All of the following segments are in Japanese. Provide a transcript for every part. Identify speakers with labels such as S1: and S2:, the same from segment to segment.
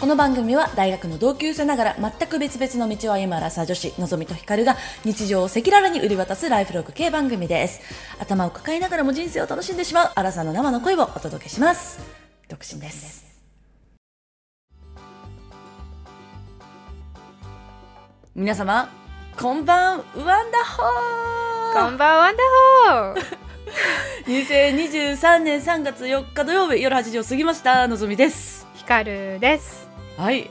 S1: この番組は大学の同級生ながら全く別々の道を歩むアラサー女子のぞみとひかるが日常を赤裸々に売り渡すライフログ系番組です頭を抱えながらも人生を楽しんでしまうアラサーの生の声をお届けします独身です皆様こんばんワンダホー
S2: こんばんワンダホー
S1: 2023年3月4日土曜日夜8時を過ぎましたのぞみです
S2: ヒカルです
S1: はい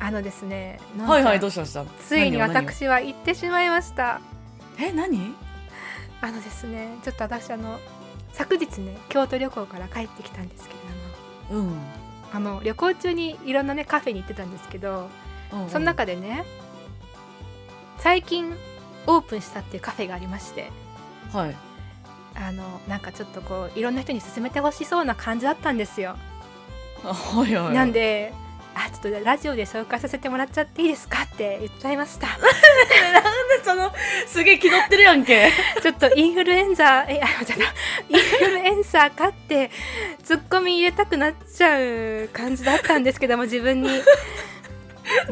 S2: あのですねなんか
S1: はいはいどうしました
S2: ついに
S1: 何を何を
S2: 私は行ってしまいました
S1: え何
S2: あのですねちょっと私あの昨日ね京都旅行から帰ってきたんですけれど
S1: うん
S2: もあの旅行中にいろんなねカフェに行ってたんですけど
S1: うん
S2: その中でね最近オープンしたっていうカフェがありまして
S1: はい
S2: あのなんかちょっとこういろんな人に勧めてほしそうな感じだったんですよ
S1: あはいはいはい
S2: なんであちょっとラジオで紹介させてもらっちゃっていいですかって言っちゃいました
S1: そのすげえ気取ってるやん け
S2: ちょっとインフルエンザえあ間違えたインフルエンサーかってツッコミ入れたくなっちゃう感じだったんですけども自分に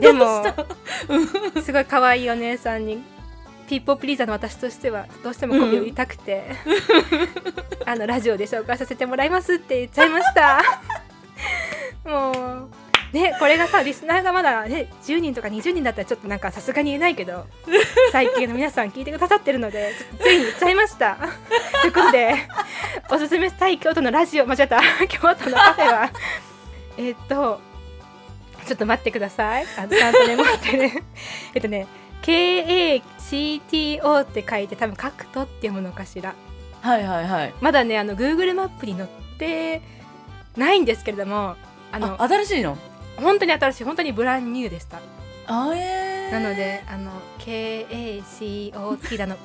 S2: でも すごい可愛いお姉さんにピーポープリーザーの私としてはどうしても媚びを売りたくて、あのラジオで紹介させてもらいますって言っちゃいましたもうねこれがさリスナーがまだね10人とか20人だったらちょっとなんかさすがに言えないけど最近の皆さん聞いてくださってるのでちょっとついに言っちゃいましたということでおすすめしたい京都のラジオ間違えた京都のカフェはえっとちょっと待ってくださいあのちゃんとメモってねえっとね KACTO って書いて多分「カクト」って読むのかしら
S1: はいはいはい
S2: まだねあの Google マップに載ってないんですけれどもあの
S1: あ新しいの
S2: 本当に新しい本当にブランニューでした
S1: あえー、
S2: なのであの KACOT だの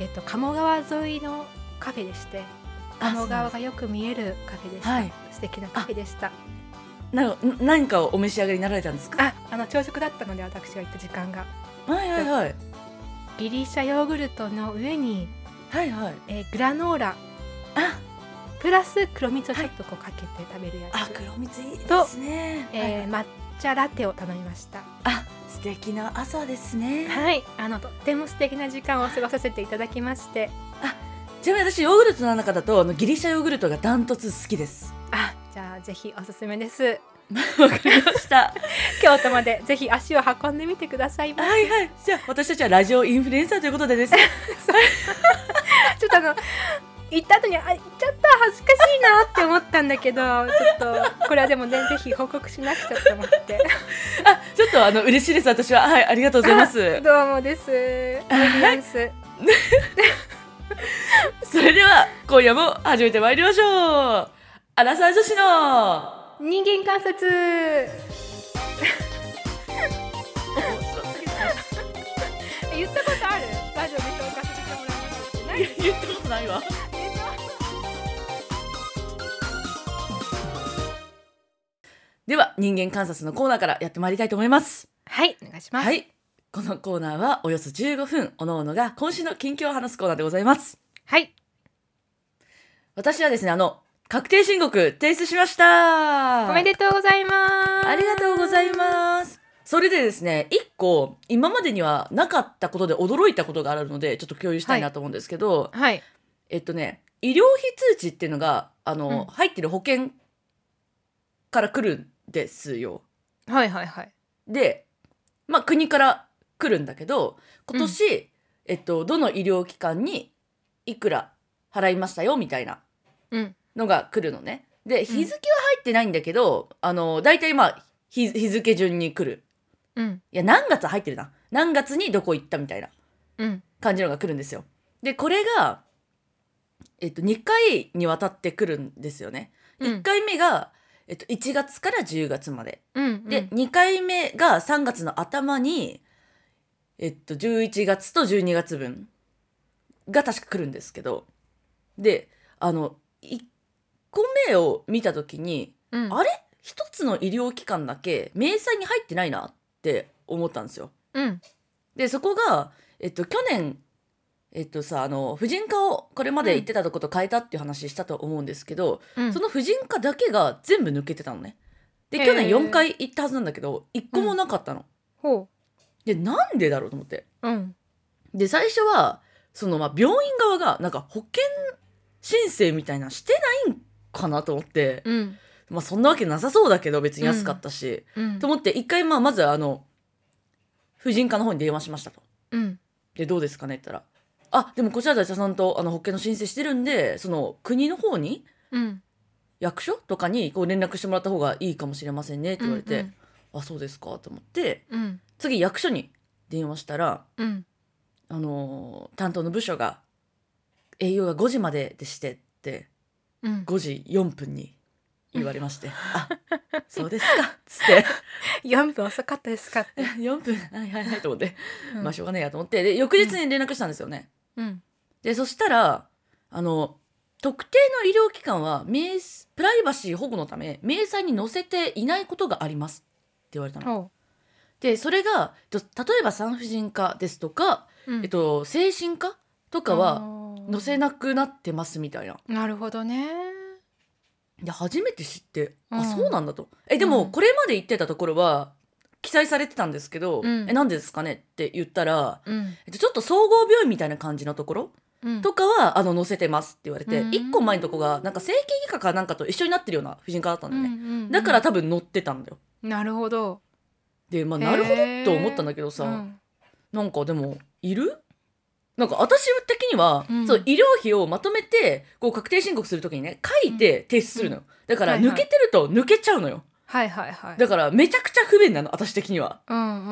S2: えっと鴨川沿いのカフェでして
S1: あ
S2: 鴨川がよく見えるカフェでした、
S1: はい
S2: 素敵なカフェでした
S1: なんかん何かをお召し上がりになられたんですか
S2: ああの朝食だったので私が行った時間が
S1: はいはいはい
S2: ギリシャヨーグルトの上に、
S1: はいはい
S2: えーグラノーラ
S1: あ
S2: プラス黒蜜をちょっとこうかけて食べるやつ、
S1: あ黒蜜いいですね
S2: えー
S1: はい
S2: 抹茶ラテを頼みました
S1: あ素敵な朝ですね
S2: はいあのとっても素敵な時間を過ごさせていただきまして
S1: ちなみに私ヨーグルトの中だとあのギリシャヨーグルトがダントツ好きです
S2: あじゃあぜひおすすめです
S1: わかりました。
S2: 京都まで ぜひ足を運んでみてくださいませ
S1: はいはい。じゃあ私たちはラジオインフルエンサーということでです。
S2: ちょっとあの行った後にあ行っちゃった恥ずかしいなって思ったんだけどちょっとこれはでもねぜひ報告しなくちゃと思って
S1: あ、ちょっとあの嬉しいです。私ははいありがとうございます。
S2: どうもですエビア ンス
S1: それでは今夜も始めてまいりましょう。アラサー女子の。
S2: 人間観察言ったことあるラジオで紹介させてもらいましたな
S1: い
S2: い
S1: や言ったことないわ。では人間観察のコーナーからやってまいりたいと思います。
S2: はいお願いします、
S1: はい。このコーナーはおよそ15分おのおのが今週の近況を話すコーナーでございます。
S2: はい
S1: 私はですねあの確定申告提出しました。
S2: おめでとうございます
S1: ありがとうございます。それでですね、一個、今までにはなかったことで驚いたことがあるので、ちょっと共有したいなと思うんですけど、
S2: はい
S1: えっとね、医療費通知っていうのが、あの、
S2: うん
S1: 入ってる保険から来るんですよ。
S2: はいはいはい
S1: で、まあ国から来るんだけど、今年、えっと、どの医療機関にいくら払いましたよ、みたいな
S2: うん
S1: のが来るのね。で、日付は入ってないんだけど、あの、大体まあ、日日付順に来る。
S2: うん
S1: いや何月入ってるな何月にどこ行ったみたいな
S2: うん
S1: 感じのが来るんですよでこれが、えっと、2回にわたって来るんですよね、
S2: うん
S1: 1回目が、えっと、1月から10月まで
S2: うん
S1: で、2回目が3月の頭に、えっと、11月と12月分が確か来るんですけどであの1個目を見た時に
S2: うん
S1: あれ一つの医療機関だけ明細に入ってないなって思ったんですよ。
S2: うん
S1: でそこが、えっと、去年、えっとさあの婦人科をこれまで行ってたとこと変えたっていう話したと思うんですけど、
S2: うん
S1: その婦人科だけが全部抜けてたのね。で
S2: へー
S1: 去年4回行ったはずなんだけど1個もなかったの、
S2: ほ
S1: でなんでだろうと思って
S2: ううん
S1: で最初はそのまあ病院側がなんか保険申請みたいなのしてないんかなと思って、
S2: うん
S1: まあそんなわけなさそうだけど別に安かったし、
S2: うん
S1: と思って一回まあまずあの婦人科の方に電話しましたと。
S2: うん
S1: でどうですかねって言ったら「あでもこちらではちゃんとあの保険の申請してるんでその国の方に
S2: うん
S1: 役所とかにこう連絡してもらった方がいいかもしれませんね」って言われて「
S2: うん
S1: あそうですか」と思って
S2: うん
S1: 次役所に電話したら
S2: うん
S1: あのー担当の部署が「営業が5時まででして」って
S2: うん
S1: 5時4分に言われまして「あそうですか」っつ って
S2: 4分遅かったですかって、
S1: 4分はいはいはいと思って、
S2: うん、
S1: まあしょうがねえやと思ってで翌日に連絡したんですよね。
S2: うん
S1: でそしたらあの特定の医療機関は明細プライバシー保護のため明細に載せていないことがありますって言われたの。
S2: ほ
S1: でそれがえっと例えば産婦人科ですとか、
S2: う、うん
S1: えっと、精神科とかは載せ
S2: な
S1: なくなってますみたいな。
S2: なるほどね
S1: で初めて知ってあ、
S2: うん
S1: そうなんだと。えでも、
S2: うん
S1: これまで言ってたところは記載されてたんですけど「
S2: うん
S1: えなんでですかね?」って言ったら、
S2: うん
S1: えっと、ちょっと総合病院みたいな感じのところ
S2: うん
S1: とかはあの載せてますって言われて、
S2: うん
S1: 1個前のとこがなんか整形外科かなんかと一緒になってるような婦人科だったんだよ
S2: う
S1: ね、
S2: んうんうん
S1: だから多分載ってたんだよ
S2: なるほど
S1: でまあなるほどと思ったんだけどさ、
S2: うん
S1: なんかでもいるなんか私的には、
S2: うん
S1: そう医療費をまとめてこう確定申告するときにね書いて提出するのよ、だから
S2: はいはい
S1: 抜けてると抜けちゃうのよ、
S2: はいはいはい
S1: だからめちゃくちゃ不便なの私的には
S2: うん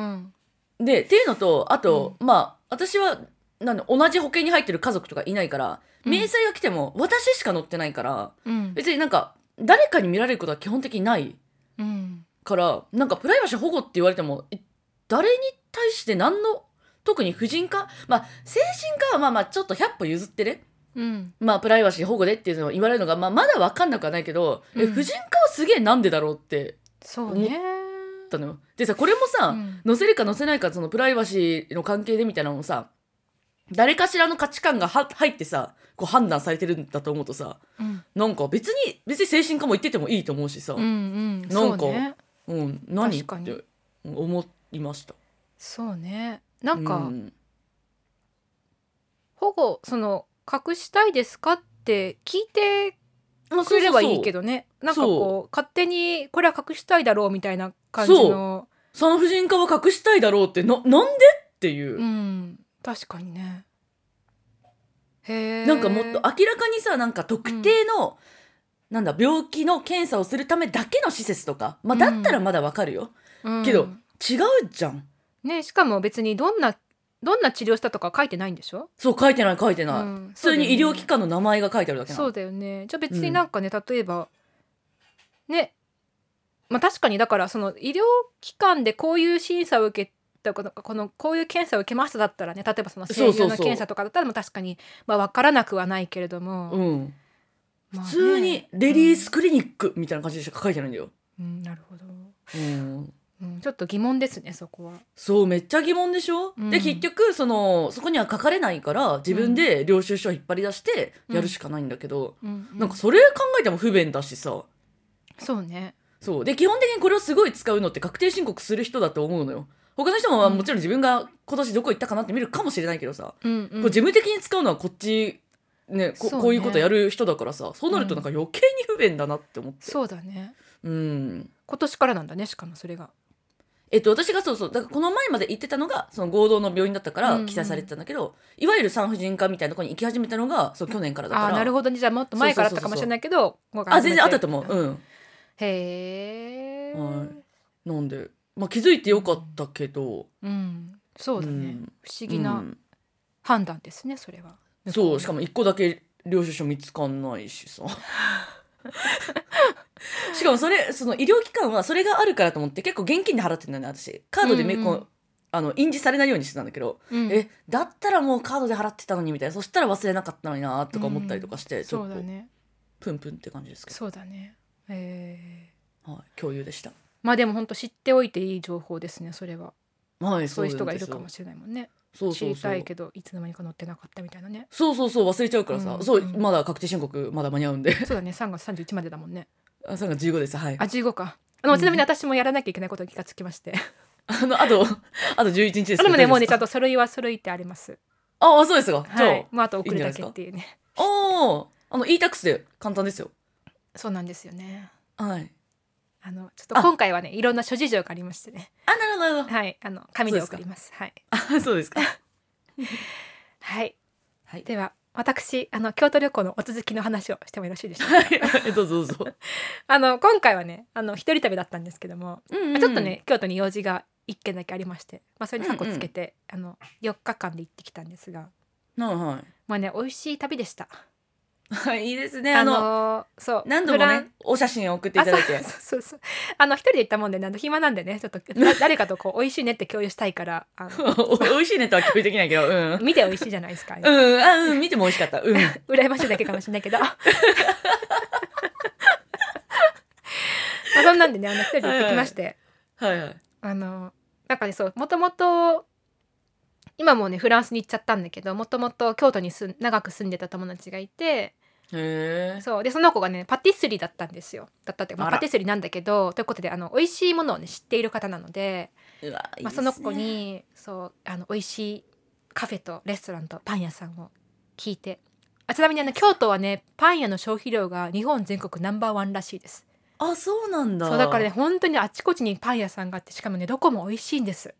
S2: うん
S1: でっていうのとあと、まあ私はなんだ同じ保険に入ってる家族とかいないから
S2: うん
S1: 明細が来ても私しか載ってないから、
S2: うん
S1: 別になんか誰かに見られることは基本的にない
S2: うん
S1: からなんかプライバシー保護って言われてもえ誰に対して何の特に婦人科まあ精神科はまあまあちょっと100歩譲ってね
S2: うん
S1: まあプライバシー保護でっていうのを言われるのが、まあ、まだ分かんなくはないけど、え
S2: うん
S1: 婦人科はすげえなんでだろうって
S2: そう
S1: 言
S2: ね
S1: ったのよ。でさこれもさ、
S2: うん
S1: 載せるか載せないかそのプライバシーの関係でみたいなのもさ誰かしらの価値観がは入ってさこう判断されてるんだと思うとさ
S2: うん
S1: なんか別に別に精神科も言っててもいいと思うしさ、
S2: うんうん
S1: なんか
S2: そうね
S1: うん、何っ
S2: 確かに
S1: て思いました。
S2: そうねなん
S1: う
S2: か
S1: ん
S2: 保護その隠したいですかって聞いて
S1: まあ
S2: くれれ
S1: そ
S2: ば
S1: うそうそう
S2: いいけどねなんか
S1: そ
S2: こう勝手にこれは隠したいだろうみたいな感じの
S1: 産婦人科は隠したいだろうってななんでっていう、
S2: うん確かにねへえ
S1: なんかもっと明らかにさなんか特定の、なんだ病気の検査をするためだけの施設とか、まあ、だったらまだわかるよ、けど
S2: うん
S1: 違うじゃん
S2: ねしかも別にどんなどんな治療したとか書いてないんでしょ、
S1: そう書いてない書いてない、
S2: うん
S1: 普通に医療機関の名前が書いてあるだけなの
S2: そうだよねじゃあ別になんかね、例えばねまあ確かにだからその医療機関でこういう審査を受けたこのこのこういう検査を受けましただったらね例えばその
S1: そうそ
S2: 声
S1: うそう
S2: 優の検査とかだったらまあ確かに、まあ、分からなくはないけれども、
S1: うん、
S2: まあね
S1: 普通にレディースクリニックみたいな感じでしか書いてないんだよ、
S2: うん、うんなるほど、
S1: うん、
S2: うん、ちょっと疑問ですねそこは。
S1: そうめっちゃ疑問でしょ、
S2: うん
S1: で結局そのそこには書かれないから自分で領収書を引っ張り出してやるしかないんだけど、
S2: うんう
S1: なんかそれ考えても不便だしさ
S2: そうね
S1: そうで基本的にこれをすごい使うのって確定申告する人だと思うのよ他の人もまあ
S2: うん
S1: もちろん自分が今年どこ行ったかなって見るかもしれないけどさ、
S2: うんうん
S1: こう事務的に使うのはこっちねこ
S2: そうね
S1: こういうことやる人だからさそうなるとなんか余計に不便だなって思って
S2: そうだね
S1: うん
S2: 今年からなんだねしかもそれが。
S1: えっと、私がそうそうだからこの前まで行ってたのがその合同の病院だったか
S2: うん
S1: ら
S2: うん
S1: 記載されてたんだけど、いわゆる産婦人科みたいなところに行き始めたのがそう去年からだか
S2: あ
S1: ら
S2: あなるほどねじゃあもっと前からあったかもしれないけど
S1: あ全然あったと思ううん
S2: へえ、
S1: はなんで、まあ、気づいてよかったけど
S2: うんそうだね、
S1: うん
S2: 不思議な判断ですねそれは
S1: うんそうしかも1個だけ領収書見つかんないし さしかもそれその医療機関はそれがあるからと思って結構現金で払ってんだよね私カードでめ、
S2: うんうん
S1: こうあの印字されないようにしてたんだけど、
S2: うん
S1: えだったらもうカードで払ってたのにみたいなそしたら忘れなかったのになとか思ったりとかして、ち
S2: そ
S1: ょ
S2: う
S1: っ
S2: だ
S1: と
S2: ね
S1: プンプンって感じですけど、
S2: そうだねえー
S1: はい、共有でした
S2: まあでも本当知っておいていい情報ですねそれは
S1: はい
S2: そういう人がいるか
S1: な
S2: も
S1: んです
S2: しれないもんね
S1: よそうそう
S2: 知り
S1: そ
S2: た
S1: う
S2: いけどいつの間にか載ってなかったみたいなね
S1: そうそうそう忘れちゃうからさ、
S2: うん
S1: そう
S2: うん
S1: まだ確定申告まだ間に合うんで
S2: そうだね3月31までだもんね
S1: あ3月15ですはい
S2: あ15かあのちなみに私もやらなきゃいけないことに気がつきまして
S1: あの、あと、あと11日ですけ ど。
S2: あでもねもうねちゃん
S1: と。
S2: と書類は書類ってあります
S1: あ、あそうですか。じゃあ、
S2: はいもうあと送るだけっていうね
S1: おお、あの e-tax で簡単ですよ。
S2: そうなんですよね
S1: はい。
S2: あのちょっと今回はねいろんな諸事情がありましてね
S1: あ、なるほど、なるほど。
S2: はいあの紙で送りますはい
S1: あ、そうですか。
S2: はい
S1: はい。
S2: で は私あの京都旅行のお続きの話をしてもよろしいでしょ うか
S1: はい、どうぞどうぞ。
S2: あの今回はねあの一人旅だったんですけども、
S1: うん
S2: まあちょっと。ね京都に用事が一件だけありまして、まあ、それにかこつけて、あの4日間で行ってきたんですが
S1: はいは
S2: まあね美味しい旅でした。
S1: い。はい、いいですね。あの、
S2: ーそう
S1: 何度も
S2: フラン
S1: ね、お写真を送ってい
S2: あ
S1: た
S2: そう
S1: だい
S2: そう
S1: て。
S2: そうそうあの一人で行ったもんでねあの暇なんでねちょっ とだ誰かとこう美味しいねって共有したいからあの
S1: お 美味しいねとは共有できないけ ど、うん。
S2: 見て美味しいじゃないですか、
S1: うん、あ、うん、見ても美味しかった。 うん。
S2: 羨ましいだけかもしれないけど。まあそんなんでねあの一人で行ってきまして、
S1: はいはい。
S2: あのなんかねそうもともと今もうねフランスに行っちゃったんだけどもともと京都に住ん長く住んでた友達がいて
S1: へえ。
S2: そうでその子がねパティスリーだったんですよだったって、まあ
S1: あら
S2: パティスリーなんだけどということであの美味しいものをね知っている方なので
S1: うわ、いいで
S2: まあ、
S1: す
S2: そ
S1: ね
S2: の子。にそうあの美味しいカフェとレストランとパン屋さんを聞いてあちなみにあの京都はねパン屋の消費量が日本全国ナンバーワンらしいです
S1: あ、そうなんだ。
S2: そうだからね。本当にあちこちにパン屋さんがあってしかもねどこも美味しいんです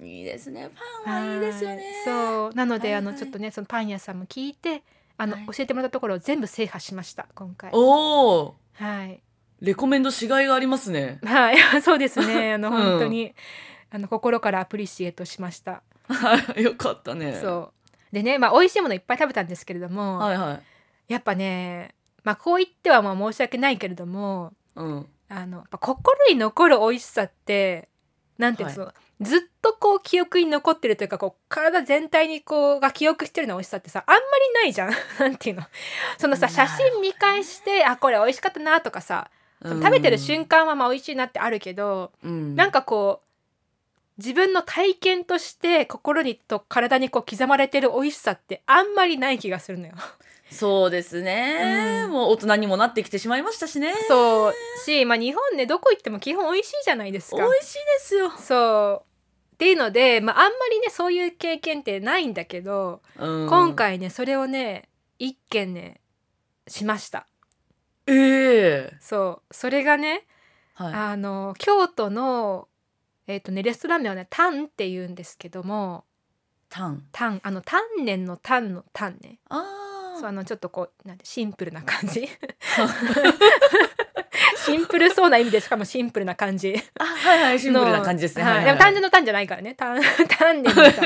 S1: いいですね。パンはいいですよね。う。
S2: そうなので、
S1: はいはい
S2: あのちょっとねそのパン屋さんも聞いてあの、
S1: はい
S2: 教えてもらったところを全部制覇しました今回
S1: おお。
S2: はい
S1: レコメンドしがいがありますね。
S2: はい そうですねあの
S1: うん
S2: 本当に、あの心からアプリシエートしました、
S1: はいよかったね。
S2: そうでねまあ美味しいものいっぱい食べたんですけれども、
S1: はいはい。
S2: やっぱねまあこう言ってはまあ申し訳ないけれども
S1: うん。
S2: あのやっぱ心に残る美味しさってなんていうの、
S1: はい
S2: そのずっとこう記憶に残ってるというかこう体全体にこうが記憶してるような美味しさってさあんまりないじゃん なんていうのそのさ
S1: ない
S2: 写真見返してあこれ美味しかったなとかさその食べてる瞬間はまあ美味しいなってあるけど、
S1: 間
S2: なんかこう自分の体験として心にと体にこう刻まれてる美味しさってあんまりない気がするのよ。
S1: そうですね、
S2: うん
S1: もう大人にもなってきてしまいましたしね
S2: そうし、まあ、日本ねどこ行っても基本美味しいじゃないです
S1: 美
S2: か。
S1: 味しいですよ、
S2: そうっていうので、まあ、あんまりねそういう経験ってないんだけど、
S1: うん
S2: 今回ねそれをね一件ねしました。
S1: ええ
S2: そうそれがね、
S1: はい
S2: あの京都のえっ、とねレストラン名はねタンって言うんですけども
S1: タン
S2: タンあの丹念のタンのタンね。
S1: あ
S2: そう
S1: ー
S2: あのちょっとこうなんてシンプルな感 じシンプルそうな意味でしかもシンプルな感じ
S1: あはいはいシンプルな感じですね
S2: の
S1: は
S2: はいい
S1: はい
S2: でも単純の単じゃないからね。単 単でみたいな。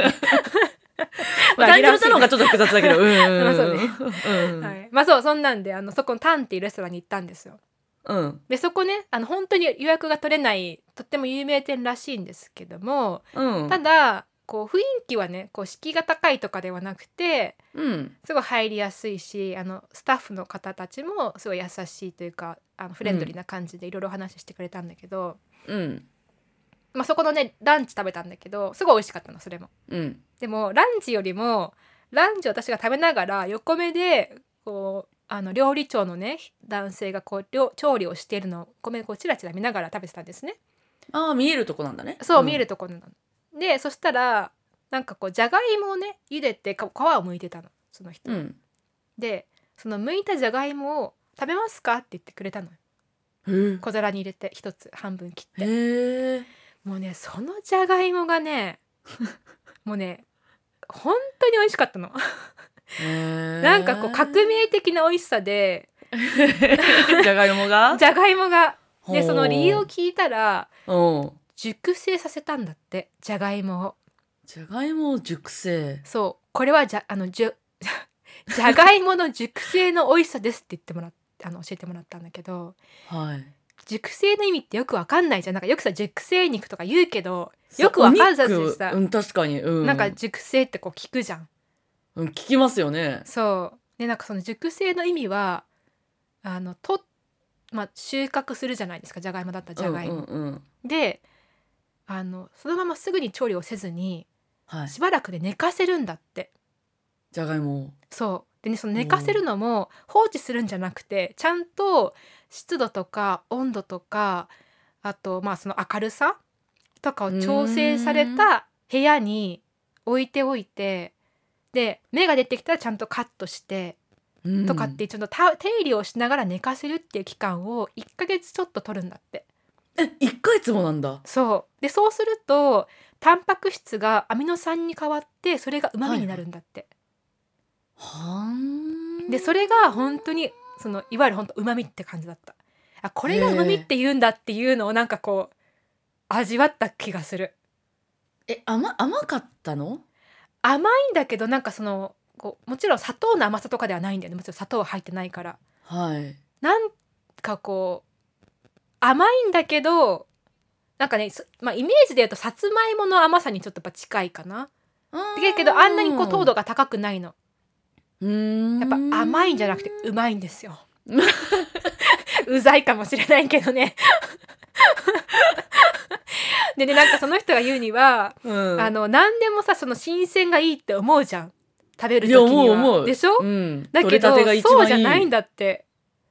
S1: まあ単純なの方がちょっと複雑だけどうんうんうん
S2: まあそうね
S1: うん、
S2: はい、まあそうそんなんであのそこのタンっていうレストランに行ったんですよ。
S1: うん
S2: でそこねあの本当に予約が取れないとっても有名店らしいんですけども、
S1: うん
S2: ただこう雰囲気はねこう敷居が高いとかではなくて
S1: うん
S2: すごい入りやすいしあのスタッフの方たちもすごい優しいというかあのフレンドリーな感じでいろいろお話ししてくれたんだけど、
S1: うん
S2: まあ、そこのねランチ食べたんだけどすごい美味しかったのそれも。
S1: うん
S2: でもランチよりもランチを私が食べながら横目でこうあの料理長のね男性がこう料調理をしているのをごめんこうチラチラ見ながら食べてたんですね。
S1: ああ見えるとこなんだね
S2: そう、見え
S1: る
S2: るところなの。でそしたらなんかこうじゃがいもをね茹でてか皮を剥いてたのその人。
S1: うん
S2: でその剥いたじゃがいもを食べますかって言ってくれたのよ
S1: へえ
S2: 小皿に入れて一つ半分切って。
S1: へえ
S2: もうねそのじゃがいも がねもうね本当に美味しかったの。なんかこう革 命的な美味しさで
S1: じゃがいもが
S2: じゃがいもがで
S1: ほう
S2: その理由を聞いたら
S1: うん
S2: 熟成させたんだってじゃがいもを
S1: じゃがいもを熟成
S2: そうこれはじゃあのじゅ じゃがいもの熟成の美味しさですって言ってもらっあの教えてもらったんだけど
S1: はい
S2: 熟成の意味ってよくわかんないじゃんなんかよくさ熟成肉とか言うけど
S1: そう
S2: よくわかんない
S1: お
S2: し
S1: 肉
S2: さ、
S1: うん、確かに、うん、
S2: なんか熟成ってこう聞くじゃん
S1: うん、聞きますよね。
S2: そうでなんかその熟成の意味はあのと、まあ、収穫するじゃないですかじゃがいもだったらじゃがい
S1: う
S2: も、
S1: んうんうん、
S2: であのそのまますぐに調理をせずに
S1: はい。
S2: しばらくで寝かせるんだって
S1: じゃがいも。
S2: そうでねその寝かせるのも放置するんじゃなくてちゃんと湿度とか温度とかあとまあその明るさとかを調整された部屋に置いておいてで芽が出てきたらちゃんとカットして
S1: うん
S2: とかってちょっとた手入れをしながら寝かせるっていう期間を1ヶ月ちょっと取るんだって。
S1: え1ヶ月もなんだ
S2: そうでそうするとタンパク質がアミノ酸に変わってそれがうまみになるんだって。
S1: はん
S2: でそれが本当にそのいわゆる本当うまみって感じだったあこれがうまみって言うんだっていうのをなんかこう味わった気がする
S1: え甘甘かったの
S2: 甘いんだけどなんかそのこうもちろん砂糖の甘さとかではないんだよねもちろん砂糖は入ってないから
S1: はい
S2: なんかこう甘いんだけどなんかね、そまあ、イメージで言うとさつまいもの甘さにちょっとやっぱ近いかなだけどあんなにこう糖度が高くないの
S1: うーん
S2: やっぱ甘いんじゃなくてうまいんですよ。 うざいかもしれないけどね。でねなんかその人が言うには、
S1: うん
S2: あの何でもさその新鮮がいいって思うじゃん食べる
S1: いや
S2: 時に
S1: 思う
S2: は
S1: 思う
S2: でしょ、
S1: うん
S2: だ
S1: 取
S2: け
S1: れた
S2: ど
S1: てが一番
S2: そうじゃないんだって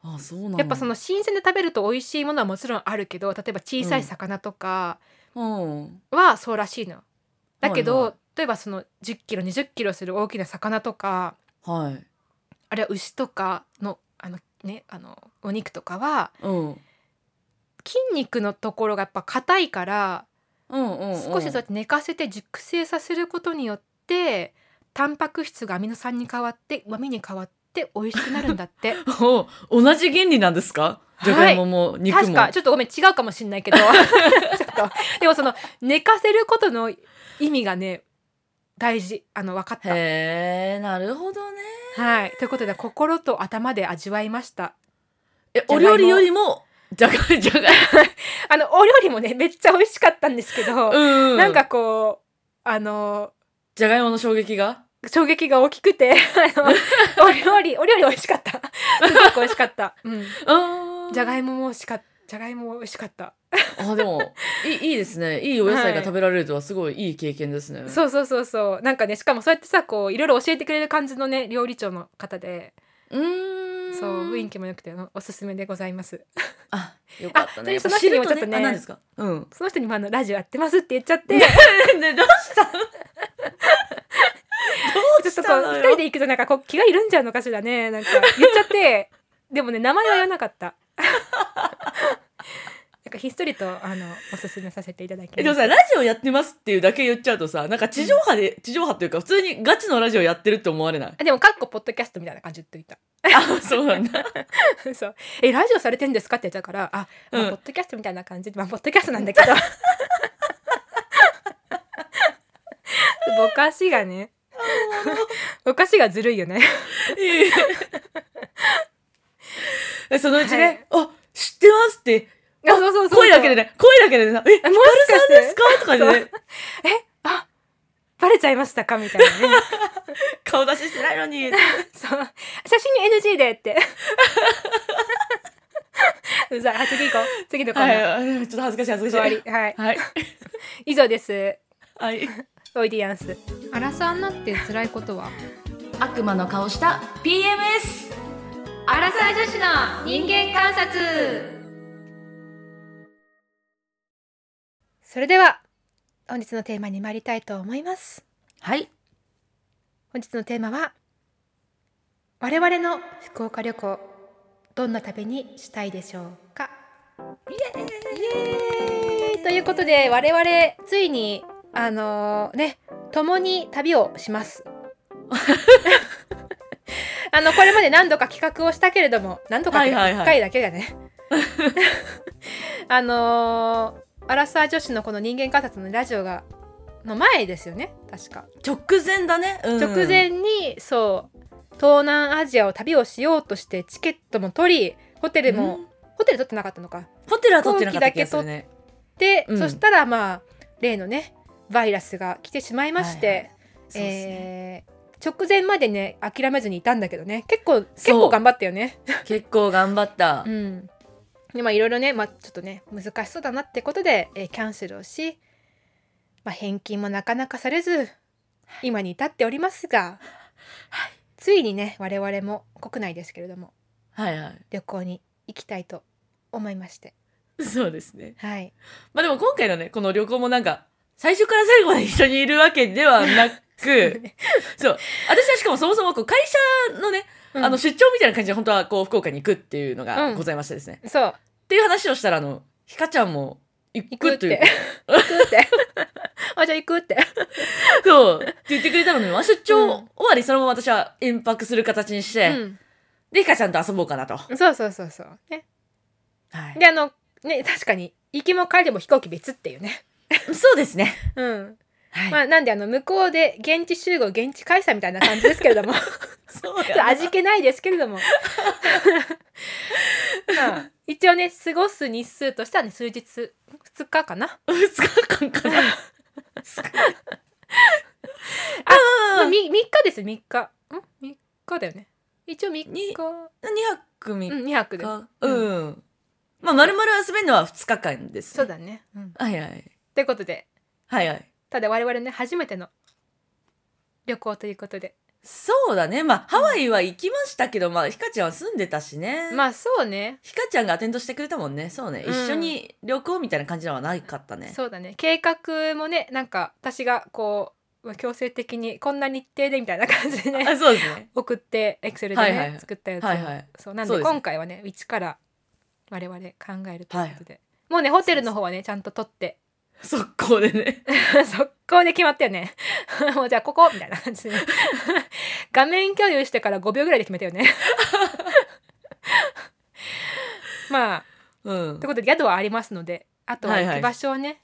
S1: あそうなの
S2: やっぱその新鮮で食べると美味しいものはもちろんあるけど例えば小さい魚とか
S1: うん
S2: はそうらしいの。だけど、
S1: はいは
S2: 例えばその1 0キロ2 0キロする大きな魚とか
S1: はい
S2: あるいは牛とかのあのねあのお肉とかは
S1: うん
S2: 筋肉のところがやっぱ硬いから
S1: うんうんうん
S2: 少しそうやって寝かせて熟成させることによってタンパク質がアミノ酸に変わってうまみに変わって美味しくなるんだって
S1: お同じ原理なんですか
S2: い
S1: じゃがいもも 肉も
S2: 確かちょっとごめん違うかもし んないけどちょっとでもその寝かせることの意味がね大事あの分かった。
S1: へえなるほどね
S2: はい、ということで心と頭で味わいました。
S1: え
S2: じゃ
S1: お
S2: がいも
S1: 料理よりもじゃがいじゃがい
S2: あのお料理もねめっちゃ美味しかったんですけど、
S1: う
S2: なんかこうあの
S1: じゃがいもの衝撃が
S2: 衝撃が大きくて あのお料理お料理美味しか ったすごく美味しかった、うん、
S1: あ
S2: じゃが
S1: い
S2: いもも美味しかったじゃがいもも美味しかった、
S1: もあでもい いいいですねいいお野菜が食べられるとはすごいいい経験ですね、
S2: そうそうそうそうなんかねしかもそうやってさこういろいろ教えてくれる感じのね料理長の方で
S1: うーん
S2: そう雰囲気も良くてのおすすめでございます
S1: あよかった
S2: あ
S1: ねやっ
S2: そ
S1: ぱ
S2: の
S1: 知
S2: 人に
S1: る
S2: も
S1: と
S2: ちょっと
S1: ねあ
S2: ね
S1: 何ですか うん
S2: その人にもあのラジオやってますって言っちゃって
S1: ねどうしたの ど
S2: ち
S1: う
S2: ょっと
S1: し
S2: こ
S1: た
S2: う
S1: の
S2: 一
S1: よ
S2: 人で行くとなんかこう気が緩んじゃうのかしらねなんか言っちゃって でもね名前は言わなかった なんかひっそりとあのおすすめさせていただきま
S1: え
S2: し
S1: で
S2: た
S1: もさラジオやってますっていうだけ言っちゃうとさなんか地上波で、地上波っていうか普通にガチのラジオやってるって思われ ない
S2: あでもかっこポッドキャストみたいな感じで言っといた
S1: あそうなんだ
S2: そうえラジオされてんですかって言ったからあ、まあ
S1: うん
S2: ポッドキャストみたいな感じで、まあ、ポッドキャストなんだけど ぼかしがね ぼかしがずるいよね
S1: いい えそのうちね、あ知ってますって
S2: あそうそうそうそう
S1: 声だけでね声だけでねえ
S2: あ
S1: ヒ
S2: も
S1: カル
S2: しか
S1: さん
S2: して
S1: ですかとかでね
S2: バレちゃいましたかみたいなね
S1: 顔出ししてないのに
S2: そう写真 NG でって うざいあ次行こう次のコーナー、
S1: はいはいちょっと恥ずかしい恥ず
S2: 終
S1: か
S2: わ
S1: しい
S2: りはい
S1: はい
S2: 以上です
S1: はい
S2: オイディアンスアラサーになって辛いことは
S1: 悪魔の顔した PMS
S2: アラサー女子の人間観察それでは本日のテーマに参りたいと思います
S1: はい
S2: 本日のテーマは我々の福岡旅行どんな旅にしたいでしょうかイエーイということで我々ついにあのね共に旅をします あのこれまで何度か企画をしたけれども何度かって
S1: はいはいはい
S2: 1回だけだね あのアラサー女子のこの人間観察のラジオがの前ですよね確か
S1: 直前だね、うん
S2: 直前にそう東南アジアを旅をしようとしてチケットも取りホテルも、
S1: うん
S2: ホテル取ってなかったのか
S1: ホテルは取ってなかった気がするね
S2: で、
S1: うん
S2: そしたらまあ例のねバイラスが来てしまいまして、
S1: はいはいそうですね
S2: えー直前までね諦めずにいたんだけどね結構結
S1: そ
S2: 構
S1: う
S2: 頑張ったよね。
S1: 結構頑張った、
S2: うん、でまあいろいろね、まあ、ちょっとね難しそうだなってことで、えーキャンセルをし、まあ、返金もなかなかされず今に至っておりますが、ついにね我々も国内ですけれども
S1: はいはい
S2: 旅行に行きたいと思いまして
S1: そうですね。
S2: はい
S1: まあでも今回のね、この旅行もなんか、最初から最後まで一緒にいるわけではな く、 そう。私はしかもそもそもこう会社のね、あの出張みたいな感じで本当はこう福岡に行くっていうのが
S2: うん
S1: ございましてですね。っ
S2: そう
S1: ていう話をしたら、あの、ひかちゃんも行
S2: 行
S1: く
S2: く
S1: っ
S2: って
S1: いう
S2: て行くって あじゃあ行くって
S1: そうって言ってくれたので、まあ、出張
S2: うん
S1: 終わりそのまま私は延泊する形にして、でひかちゃんと遊ぼうかなと。
S2: うんそうそうそうそうね
S1: はい
S2: であのね確かに行きも帰りも飛行機別っていうね
S1: そうですね。
S2: うん
S1: はい。
S2: まあなんであの向こうで現地集合現地開催みたいな感じですけれども
S1: そう
S2: ちょっと味気ないですけれどもまあ一応ね過ごす日数としてはね数日2日かな
S1: 2日間 かな。
S2: まあ、
S1: あ、
S2: み3日です3日ん3日だよね一応3
S1: に
S2: 日う
S1: 2泊3
S2: ん2泊です
S1: 日。うん。まあ、まるまる遊べるのは2日間です。
S2: そう。だね、うん、
S1: はいはい。
S2: ということで
S1: はいはい。
S2: ただ我々ね初めての旅行ということで
S1: そうだね。まあ、ハワイは行きましたけど、まあ、ひかちゃんは住んでたしね。
S2: まあそうね
S1: ひかちゃんがアテンドしてくれたもんね。そうね。
S2: うん
S1: 一緒に旅行みたいな感じのはなかったね。
S2: そうだね計画もねなんか私がこうまあ強制的にこんな日程でみたいな感じでね
S1: あ、そうですね。
S2: 送ってエクセルでね、
S1: はいはいはい
S2: 作ったやつ を、
S1: はいはい。
S2: そうなん
S1: そう
S2: で
S1: ですね
S2: 今回はね一から我々考えるということで、もうねホテルの方はねちゃんと取って
S1: 速攻で ね。
S2: 速攻で決まったよね もうじゃあここみたいな感じで ね画面共有してから5秒ぐらいで決めたよね まあ
S1: うん
S2: という。ことで宿はありますのであとは
S1: はいはい
S2: 行き場所をね、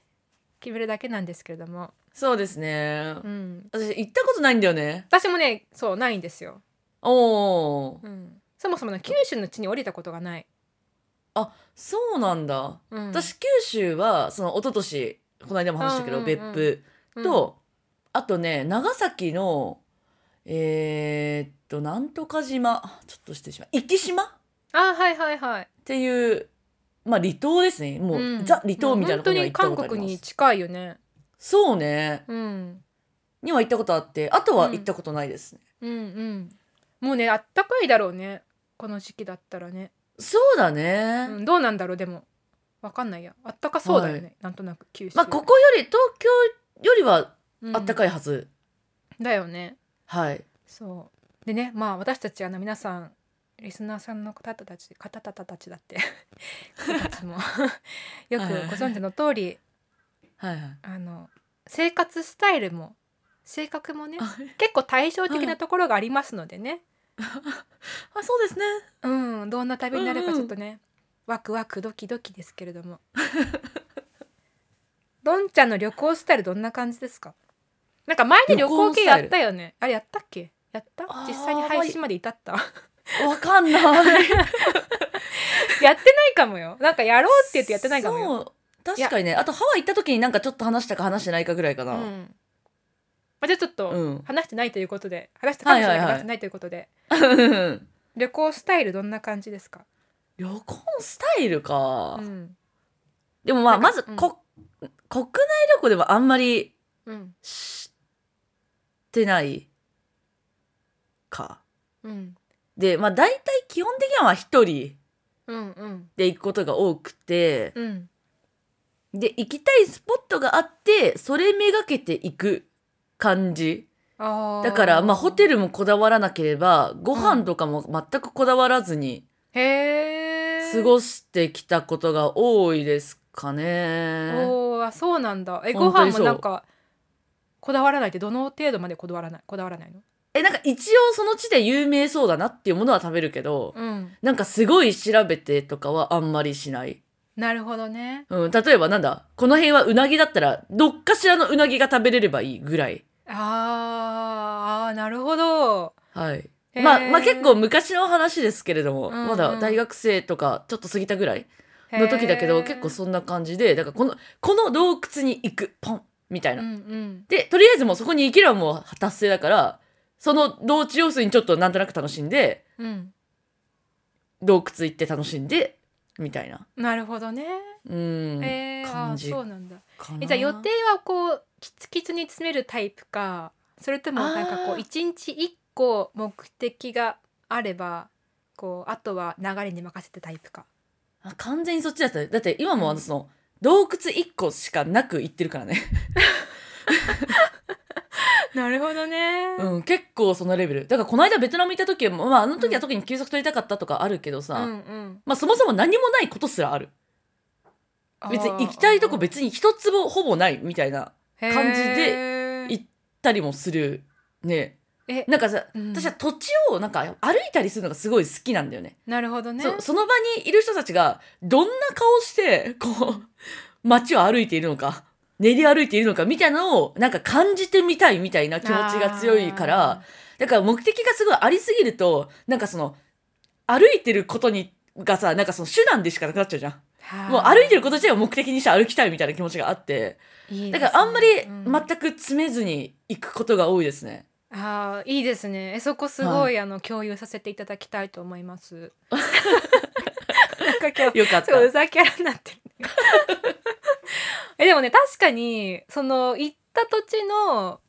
S2: 決めるだけなんですけれども、
S1: そうですね。
S2: うん、
S1: 私、行ったことないんだよね。
S2: 私もねそうないんですよ、
S1: おー。
S2: うん、そもそもね九州の地に降りたことがない、
S1: そうなんだ。
S2: うん、
S1: 私、九州は、その、一昨年この間も話したけど、
S2: うんうん
S1: 別
S2: うん
S1: 府。
S2: うん
S1: と、あとね長崎のえーっとなんとか島ちょっとしてしまう生島っ
S2: あはいはいはい
S1: ていうまあ離島ですねもう、
S2: うん
S1: ザ離島みたいなところは行
S2: もう
S1: ったこ
S2: 本
S1: とあ
S2: 当に韓
S1: り
S2: 国
S1: ま
S2: に
S1: す
S2: 近いよね
S1: そうね
S2: うん
S1: には行ったことあってあとは
S2: うん
S1: 行ったことないですね、
S2: うんうんもうねあったかいだろうねこの時期だったらね、
S1: そうだ
S2: う
S1: ね、
S2: ん、どうなんだろうでもわかんないやあったかそうだよね、なんとなく九州
S1: まあここより東京よりはあったか
S2: い、
S1: いはず、
S2: うんだよね
S1: はい
S2: そうでねまあ私たちあの皆さんリスナーさんの方たち方々たちだって 方た ちもよくご存知の通り
S1: はいはい
S2: あの生活スタイルも性格もね
S1: あ
S2: 結構対照的なところがありますのでね、
S1: あそうですね
S2: うん、どんな旅になる
S1: うん
S2: か
S1: うん
S2: ちょっとね、ワクワクドキドキですけれども。 どんちゃんの旅行スタイルどんな感じですかなんか前に旅行系やったよね。あれやったっけやった
S1: あー
S2: 実際に配信まで至った
S1: わかんない
S2: やってないかもよ。なんかやろうって言ってやってないかもよ。
S1: そう確かにねあとハワイ行った時になんかちょっと話したか話してないかぐらいか
S2: う
S1: な、うん
S2: んまあ、じゃあちょっと話してないということで、話したか
S1: は
S2: も
S1: い
S2: し
S1: はいはい
S2: れない話してないということで、 旅行スタイルどんな感じですか、
S1: 旅行スタイルか、
S2: うん
S1: でもまあ
S2: な
S1: ま
S2: んか
S1: ずこ、国内旅行ではあんまり
S2: うん
S1: してないか
S2: うん
S1: でまあ大体基本的には一人
S2: うんうん
S1: で行くことが多くて
S2: うん
S1: で行きたいスポットがあってそれめがけて行く感じ
S2: あー
S1: だからまあホテルもこだわらなければご飯とかも全くこだわらずに
S2: へえ
S1: 過ごしてきたことが多いですかね。
S2: おーあそうなんだえご
S1: 本当に
S2: 飯
S1: そ
S2: も
S1: う
S2: なんかこだわらないってどの程度までこだわらないこだわらないの
S1: えなんか一応その地で有名そうだなっていうものは食べるけど、
S2: うん
S1: なんかすごい調べてとかはあんまりしない。
S2: なるほどね
S1: うん、例えばなんだ、この辺はうなぎだったら、どっかしらのうなぎが食べれればいいぐらい。
S2: あーあーなるほど
S1: はい。
S2: へー
S1: まあ、まあ結構昔の話ですけれども、
S2: うんうん
S1: まだ大学生とかちょっと過ぎたぐらいの時だけど、結構そんな感じで、だからこの、この洞窟に行く、ポンみたいうな。
S2: うんうん
S1: で、とりあえずもうそこに行ければもう達成だから、その道中要するにちょっとなんとなく楽しんで、
S2: うん
S1: 洞窟行って楽しんで、みたいな。
S2: なるほどね
S1: うん。
S2: へえあ
S1: 感
S2: ー
S1: じ
S2: そうなんだ
S1: かな
S2: えじゃあ予定はこうキツキツに詰めるタイプかそれともなんかこ
S1: あー
S2: う一日一個目的があればこうあとは流れに任せてタイプか
S1: ああ完全にそっちだっただって今もあのその洞窟1個しかなく行ってるからね、
S2: なるほどね、
S1: うん、結構そのレベルだからこの間ベトナム行った時は、まあ、あの時は特に休息取りたかったとかあるけどさ、
S2: うんうん
S1: まあ、そもそも何もないことすらある別に行きたいとこ別に一つもほぼないみたいな
S2: に
S1: 感じで行ったりもするね
S2: え
S1: なんかさ、
S2: うん
S1: 私は土地をなんか歩いたりするのがすごい好きなんだよね
S2: なるほどね
S1: そその場にいる人たちがどんな顔してこう 街を歩いているのか練り歩いているのかみたいなのをなんか感じてみたいみたいな気持ちが強いからだから目的がすごいありすぎるとなんかその歩いてることにがさなんかその手段でしかなくなっちゃうじゃん
S2: あー
S1: もう歩いてること自体を目的にして歩きたいみたいな気持ちがあって
S2: いいで
S1: だ
S2: す
S1: か
S2: ね
S1: らあんまり
S2: うん
S1: 全く詰めずに行くことが多いですね。
S2: あーいいですねえそこすごい、
S1: は
S2: あの共有させていただきたいと思います なんか今日
S1: よかっ
S2: そうう
S1: た。
S2: ざキャラになってるえでもね確かにその行った土地の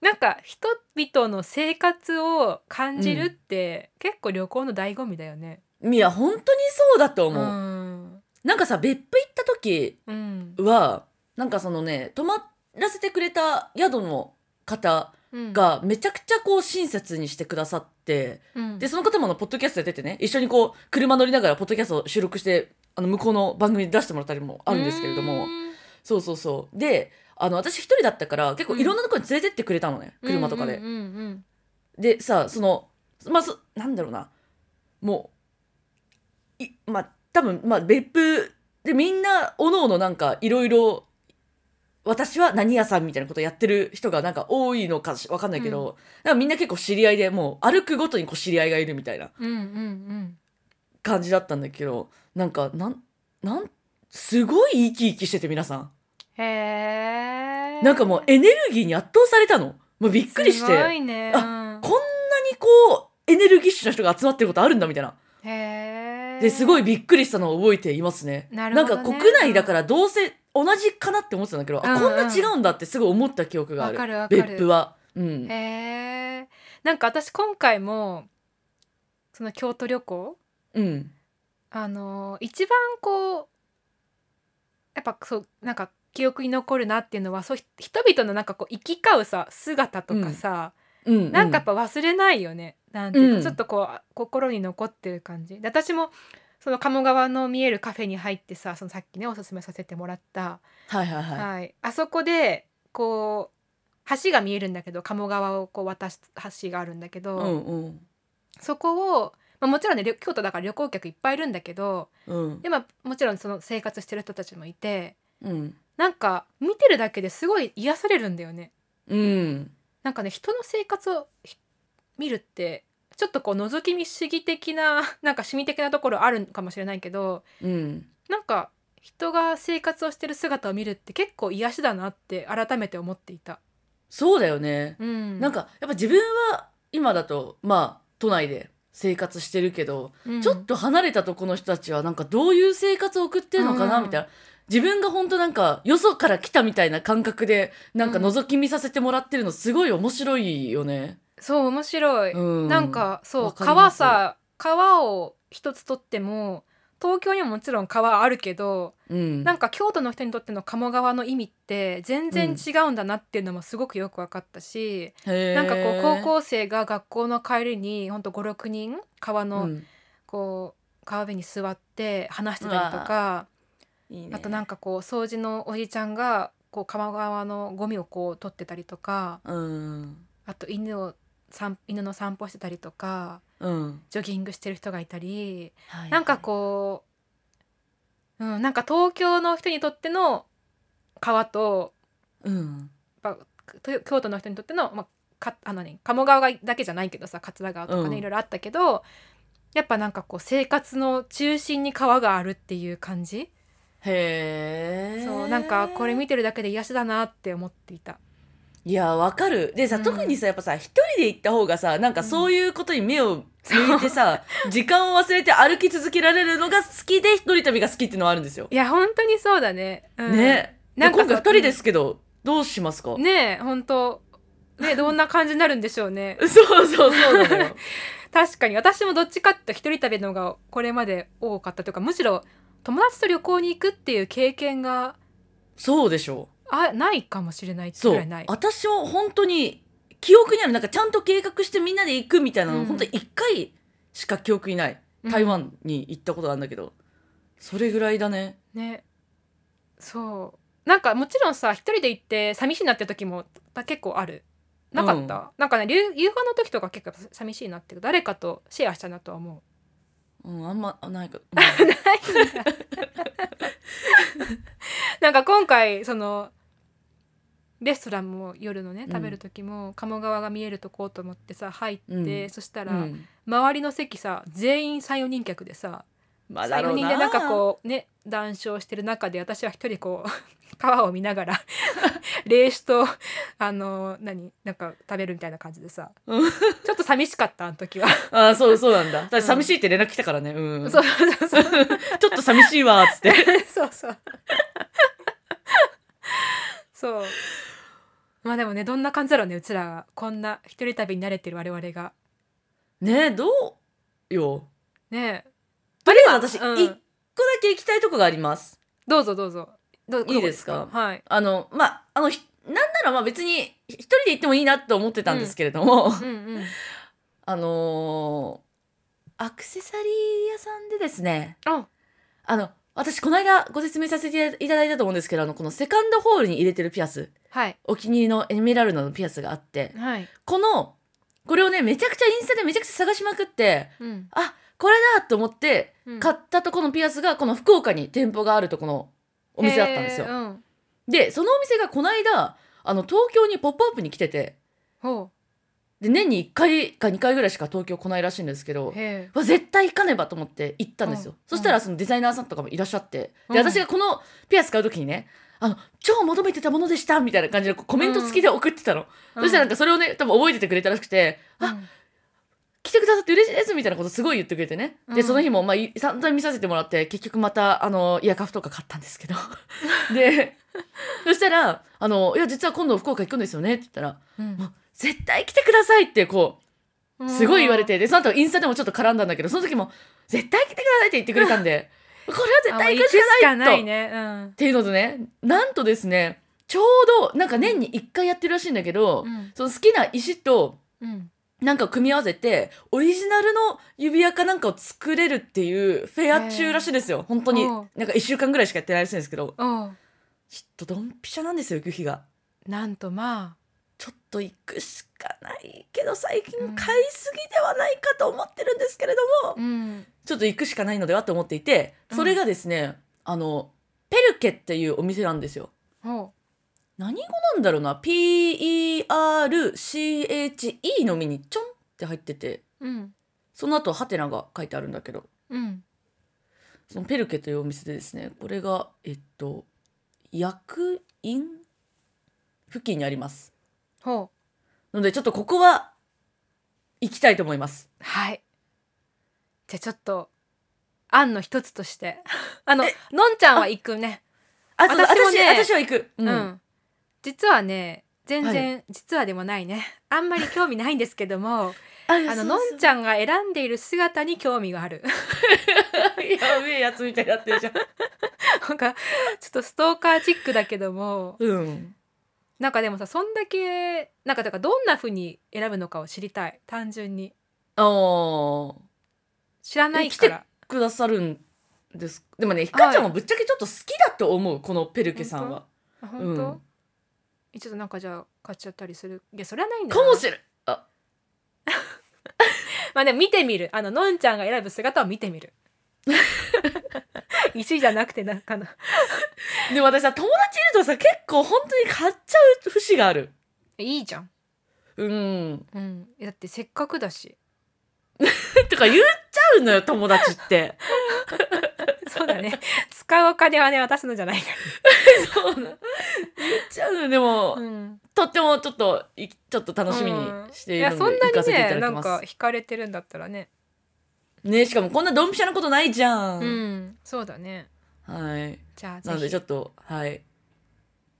S2: なんか人々の生活を感じるって、結構旅行の醍醐味だよね。
S1: いや本当にそうだと
S2: う
S1: 思う。
S2: ん、
S1: なんかさ別府行った時
S2: うん
S1: はなんかそのね泊まらせてくれた宿の方
S2: うん、
S1: がめちゃくちゃこう親切にしてくださって
S2: うん、
S1: でその方もあのポッドキャストやっててね一緒にこう車乗りながらポッドキャストを収録してあの向こうの番組に出してもらったりもあるんですけれども
S2: うーん
S1: そうそうそうであの私一人だったから結構いろんなところに連れてってくれたのね、車とかで。
S2: うんうんうん
S1: でさそのまあそなんだろうなもういまあ多分まあ別府でみんなおのおのなんかいろいろ私は何屋さんみたいなことやってる人がなんか多いのかしわかんないけど、なんかみんな結構知り合いでもう歩くごとにこう知り合いがいるみたいな
S2: うんうん
S1: 感じだったんだけどなんかなんなんすごい生き生きしてて皆さん
S2: うんへえ
S1: なんかもうエネルギーに圧倒されたのもうびっくりして、
S2: すごいね
S1: あ
S2: うん
S1: こんなにこうエネルギッシュな人が集まってることあるんだみたいな
S2: へえ
S1: ですごいびっくりしたのを覚えていますね。
S2: なるほどね
S1: んか国内だからどうせ同じかなって思ってたんだけど、あ
S2: うんうん
S1: こんな違うんだってすごい思った記憶があ
S2: わ
S1: る。
S2: かるわかる
S1: 別府は。うん。
S2: へえなんか私今回もその京都旅行
S1: うん。
S2: あのー一番こうやっぱそうなんか記憶に残るなっていうのはそうひ人々のなんかこう行き交うさ姿とかさ、
S1: うん、う
S2: なんかやっぱ忘れないよね、なんていうか、
S1: うん
S2: ちょっとこうあ心に残ってる感じで私もその鴨川の見えるカフェに入ってさそのさっきねおすすめさせてもらった、
S1: はいはいはい。
S2: はい、あそこでこう橋が見えるんだけど鴨川をこう渡す橋があるんだけど、
S1: うんうん。
S2: そこを、まあ、もちろんねりょ京都だから旅行客いっぱいいるんだけど
S1: うん。
S2: でももちろんその生活してる人たちもいて
S1: うん。
S2: なんか見てるだけですごい癒されるんだよね。
S1: うん。
S2: なんかね人の生活をひ見るってちょっとこう覗き見主義的な なんか趣味的なところあるかもしれないけど
S1: うん。
S2: なんか人が生活をしてる姿を見るって結構癒しだなって改めて思っていた。
S1: そうだよね。
S2: うん、
S1: なんかやっぱ自分は今だとまあ都内で生活してるけど、
S2: うん
S1: ちょっと離れたとこの人たちはなんかどういう生活を送ってるのかな
S2: うん
S1: みたいな。自分が本当なんかよそから来たみたいな感覚でなんか
S2: うん
S1: 覗き見させてもらってるのすごい面白いよね。
S2: そう面白い、
S1: うん、
S2: なんかそ
S1: わ
S2: う
S1: かりま
S2: 川
S1: す
S2: さ川を一つとっても東京にももちろん川あるけど、
S1: うん、
S2: なんか京都の人にとっての鴨川の意味って全然違うんだなっていうのもすごくよく分かったし、
S1: へー
S2: なんかこう高校生が学校の帰りにほんと56人川
S1: う
S2: の
S1: ん
S2: こう川辺に座って話してたりとか、
S1: いいね
S2: あとなんかこう掃除のおじちゃんがこう鴨川のゴミをこう取ってたりとか
S1: うん
S2: あと犬を散犬の散歩してたりとか。
S1: うん、
S2: ジョギングしてる人がいたり
S1: はい
S2: なんかこう、うん、なんか東京の人にとっての川と
S1: うん
S2: やっぱと京都の人にとっての,、まあ、かあのね、鴨川だけじゃないけどさ桂川とか
S1: う
S2: ね、
S1: ん
S2: いろいろあったけどやっぱなんかこう生活の中心に川があるっていう感じ、
S1: へえ
S2: そうなんかこれ見てるだけで癒しだなって思っていた。
S1: いやわかるでさ、
S2: うん
S1: 特にさやっぱさ一人で行った方がさなんかそういうことに目を向いて さ、時間を忘れて歩き続けられるのが好きで一人旅が好きっていうのはあるんですよ。
S2: いや本当にそうだね、うん、
S1: ねで
S2: なんか
S1: 今回
S2: さ
S1: 二人ですけど、どうしますか、
S2: ねえ本当ねどんな感じになるんでしょ うね
S1: そうそうそうなの よ
S2: 確かに私もどっちかっていうと一人旅のがこれまで多かったというかむしろ友達と旅行に行くっていう経験が
S1: そうでしょ
S2: あないかもしれないって
S1: そ
S2: ぐ
S1: う
S2: らいない
S1: 私も本当に記憶にあるなんかちゃんと計画してみんなで行くみたいなの、
S2: うん
S1: 本当に1回しか記憶にない台湾に行ったことあるんだけど、それぐらいだね
S2: ねそうなんかもちろんさ一人で行って寂しいなって時もだ結構あるなかった、
S1: うん
S2: なんかね留夕飯の時とか結構寂しいなっていうか誰かとシェアしたなとは思
S1: うんあんまあないか、
S2: うないん だ なんか今回そのレストランも夜のね
S1: うん
S2: 食べる時も鴨川が見えるとこうと思ってさ入って、
S1: うん
S2: そした
S1: う
S2: ら、
S1: ん、うん
S2: 周りの席さ全員34人客でさ
S1: まあだろ
S2: 34
S1: う
S2: 人
S1: な
S2: でなんかこうね談笑してる中で私は一人こう 川を見ながら 冷酒とあの何なんか食べるみたいな感じでさちょ
S1: うん
S2: っと寂しかったあの時は
S1: ああそうそうなんだ私寂しいって連絡来たからねうん、
S2: そうそうそう
S1: ちょっと寂しいわーっつって
S2: そうそうそうまあでもねどんな感じだろうねうちらがこんな一人旅に慣れてる我々が
S1: ねえどうよ
S2: ねえ
S1: とりあえず私、一
S2: う
S1: 個だ
S2: ん、
S1: け行きたいとこがあります
S2: どうぞどうぞどどこ
S1: いいですか
S2: はい
S1: あのまああのひなんならまあ別に一人で行ってもいいなと思ってたんですけれども、
S2: うんうん
S1: あのーアクセサリー屋さんでですね
S2: あ
S1: あの私この間ご説明させていただいたと思うんですけどあのこのセカンドホールに入れてるピアス
S2: はい
S1: お気に入りのエメラルドのピアスがあって
S2: はい
S1: このこれをねめちゃくちゃインスタでめちゃくちゃ探しまくって
S2: うん
S1: あこれだと思って
S2: うん
S1: 買ったとこのピアスがこの福岡に店舗があるとこのお店だったんですよ
S2: へ。ーうん
S1: でそのお店がこの間あの東京に「ポップアップに来てて
S2: ほ
S1: で年に1回か2回ぐらいしか東京来ないらしいんですけ
S2: う
S1: ど
S2: へえ
S1: わ絶対行かねばと思って行ったんですよ、
S2: うん
S1: そしたらそのデザイナーさんとかもいらっしゃって、
S2: うん
S1: で私がこのピアス買う時にねあの超求めてたものでしたみたいな感じでこうコメント付きで送ってたの、そしたらなんかそれをね多分覚えててくれたらしくて、あ
S2: うん
S1: 来てくださって嬉しいですみたいなことすごい言ってくれてね、
S2: う
S1: で
S2: ん
S1: その日もまあい散々見させてもらって結局またあのイヤカフとか買ったんですけど でそしたらあの「いや実は今度福岡行くんですよね」って言ったら「
S2: う
S1: も
S2: ん
S1: う絶対来てください」ってこ
S2: う
S1: うんすごい言われてでその後インスタでもちょっと絡んだんだけどその時も「絶対来てください」って言ってくれたんでこれは絶対行くしかないと
S2: あもう行くしかないねうん
S1: っていうのとねなんとですねちょうどなんか年に1回やってるらしいんだけど、
S2: うん
S1: その好きな石と
S2: うん
S1: なんかを組み合わせてオリジナルの指輪かなんかを作れるっていうフェア中らしいですよ本当に
S2: おう
S1: なんか1週間ぐらいしかやってないらしいんですけど
S2: おう
S1: ちょっとドンピシャなんですよ行く日が
S2: なんとま
S1: ちょっと行くしかないけど最近
S2: うん
S1: 買いすぎではないかと思ってるんですけれども、
S2: あうん
S1: ちょっと行くしかないのではと思っていてそれがですね、あのペルケっていうお店なんですよ
S2: ほ
S1: 何語なんだろうな PERCHE のみにちょんって入ってて
S2: ううん
S1: その後ハテナが書いてあるんだけど
S2: うん
S1: そのペルケというお店でですねこれがえっと役員付近にあります
S2: ほ
S1: のでちょっとここは行きたいと思います
S2: うはいじゃあちょっと案の一つとして あののんちゃんは行くね
S1: あそう
S2: 私
S1: 私
S2: もね
S1: 私は行くう、
S2: うんん実はね全然実はでもないねあんまり興味ないんですけ どもあののんち
S1: ゃ
S2: ゃんが選んでいる姿に興味があ
S1: ん
S2: る
S1: やべえやつみたいになってるじゃん
S2: なんかちょっとストーカーチックだけども
S1: うん
S2: なんかでもさそんだけなんかだからどんな風に選ぶのかを知りたい単純に
S1: あー
S2: 知らないから
S1: くださるんですでもねひかちゃんもぶっちゃけちょっと好きだと思うこのペルケさんは
S2: あ
S1: う
S2: 本
S1: ん
S2: 当、
S1: か
S2: えちょっとなんかじゃあ買っちゃったりするいやそれはないんだ
S1: も
S2: な
S1: しれん
S2: まあでも見てみるあののんちゃんが選ぶ姿を見てみ る石じゃなくてなんかな
S1: でも私さ友達いるとさ結構本当に買っちゃう節がある
S2: いいじゃん、
S1: うん
S2: うん、だってせっかくだし
S1: とか言っちゃうのよ友達って。
S2: そうだね使うお金はね渡すのじゃないか
S1: そうな言っちゃうのよでも、
S2: ら、うん、
S1: とってもちょっといちょっと楽しみにしているので、
S2: うんいや
S1: 行か
S2: そ
S1: せ
S2: ん
S1: ていた
S2: なにね
S1: だ
S2: な
S1: き
S2: ん
S1: ま
S2: か
S1: す。
S2: 惹かれてるんだったらね
S1: ねしかもこんなドンピシャなことないじゃ。
S2: うんん、そうだね
S1: はい。
S2: じゃあ
S1: なの
S2: ぜ
S1: でちょ
S2: ひ
S1: っとはい。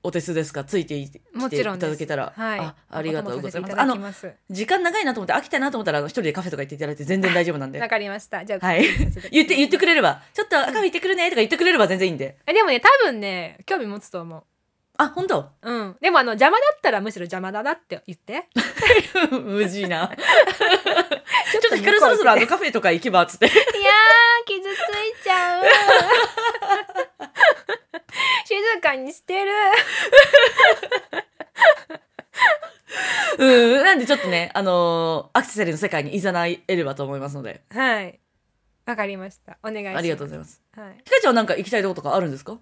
S1: お手数ですがついていて
S2: も
S1: 来て
S2: ち
S1: い
S2: ろん
S1: た
S2: で
S1: だ
S2: す
S1: けたら、
S2: はい
S1: あありがとうございます。
S2: お
S1: あ
S2: 供させていただ
S1: の
S2: きます
S1: 時間長いなと思って飽きたなと思ったらあの一人でカフェとか行っていただいて全然大丈夫なんで
S2: わ。かりましたじゃあ、
S1: はい、言って言ってく
S2: れ
S1: れればちょっと赤身行ってくるねとか言ってくれれば全然いいんで
S2: えでもね多分ね興味持つと思う
S1: あ本当
S2: うんでもあの邪魔だったらむしろ邪魔だなって言って
S1: 無事 な
S2: ちょ
S1: ちょっと光そろそろあのカフェとか行けばっつって
S2: いやー傷ついち ゃう静かにしてる
S1: うんなんでちょっとねあのーアクセサリーの世界にいざないえればと思いますので
S2: はいわかりましたお願いします
S1: ありがとうございます
S2: はい、
S1: ひかちゃんはなんか行きたいとことかあるんですか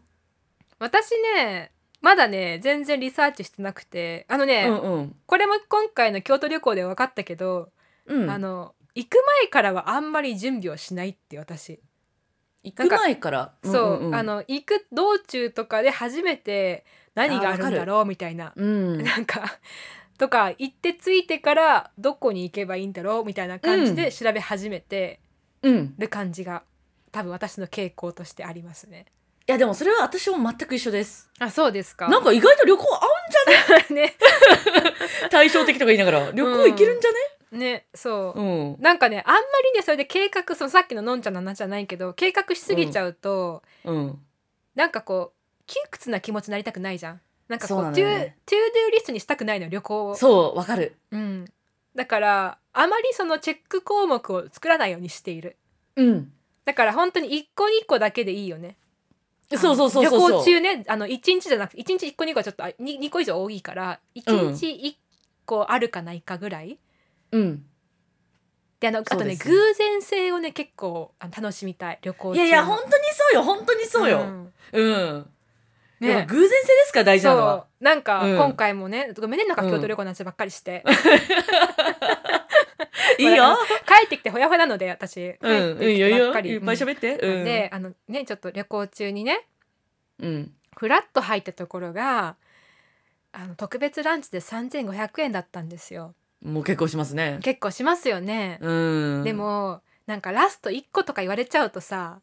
S2: 私ねまだね全然リサーチしてなくてあの
S1: う
S2: ね、
S1: んうん
S2: これも今回の京都旅行で分かったけど、
S1: うん
S2: あの行く前からはあんまり準備をしないって私
S1: 行く前から
S2: そう、
S1: んんん
S2: あの行く道中とかで初めて何があるんだろうみたいな、
S1: うん
S2: なんかとか行って着いてからどこに行けばいいんだろうみたいな感じ
S1: う
S2: で調べ始めて
S1: うん
S2: る感じが、多分私の傾向としてありますね。
S1: いやでもそれは私も全く一緒です
S2: あそうですか。
S1: なんか意外と旅行合うんじゃね
S2: ね
S1: 対照的とか言いながら旅行行けるんじゃね
S2: ねそう、
S1: うん、
S2: なんかねあんまりねそれで計画そのさっきののんちゃんの話じゃないけど計画しすぎちゃうと、
S1: うん、
S2: なんかこう窮屈な気持ちになりたくないじゃん。なんかこ
S1: そううなの
S2: トゥ
S1: よ
S2: ー
S1: ね
S2: トゥードゥーリストにしたくないの旅行を。
S1: そうわかる
S2: うん、だからあまりそのチェック項目を作らないようにしている。
S1: うん
S2: だから本当に一個一個だけでいいよね。
S1: そうそうそうそう
S2: あの
S1: そう
S2: 旅行中ねあの一日じゃなくて一日一個二個はちょっとあに二個以上多いから一日一個あるかないかぐらい、
S1: うん
S2: であのあと
S1: そう
S2: ね
S1: ですね
S2: 偶然性をね結構あの楽しみたい旅行中
S1: いやいや本当にそうよ本当にそうよ
S2: ん
S1: うん、
S2: ね
S1: やっぱ偶然性ですから大事なの
S2: そ
S1: は
S2: うなんか
S1: うん
S2: 今回もね、ごめんねなんか
S1: うん
S2: 京都旅行の話ばっかりして、
S1: いいよ
S2: 帰ってきてほやほやなので私帰って
S1: うんうんい
S2: き
S1: いよいい
S2: てばっ
S1: よ
S2: かり、
S1: いっぱい喋って
S2: うん
S1: うん
S2: であのねちょっと旅行中にね
S1: うん
S2: フラッと入ったところがあの特別ランチで3500円だったんですよ
S1: もう結構しますね
S2: 結構しますよね、
S1: うん
S2: でもなんかラスト1個とか言われちゃうとさ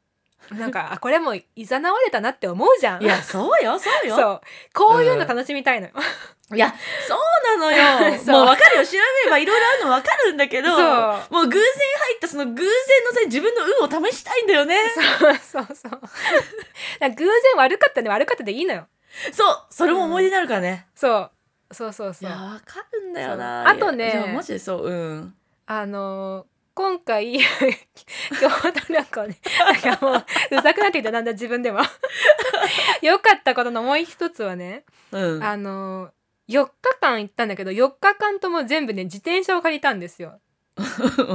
S2: なんかあこれもういざなわれたなって思うじゃん
S1: いやそうよそうよ
S2: そうこういうの楽しみたいのよ、
S1: いやそうなのよ
S2: そう
S1: もうわかるよ調べればいろいろあるのわかるんだけど
S2: そう
S1: もう偶然入ったその偶然のせい自分の運を試したいんだよね
S2: そうそうそう なんか偶然悪かったね悪かったでいいのよ
S1: そうそれも思い出になるからね、
S2: そうそうそうそう
S1: いやわかるんだよな
S2: そうあとね
S1: いやいやマジでそううん
S2: あのー今回 京都旅行ねなんかもううざくなってきただんだん 自分でもよかったことのもう一つはね、
S1: うん
S2: あのー4日間行ったんだけど4日間とも全部ね自転車を借りたんですよ
S1: っ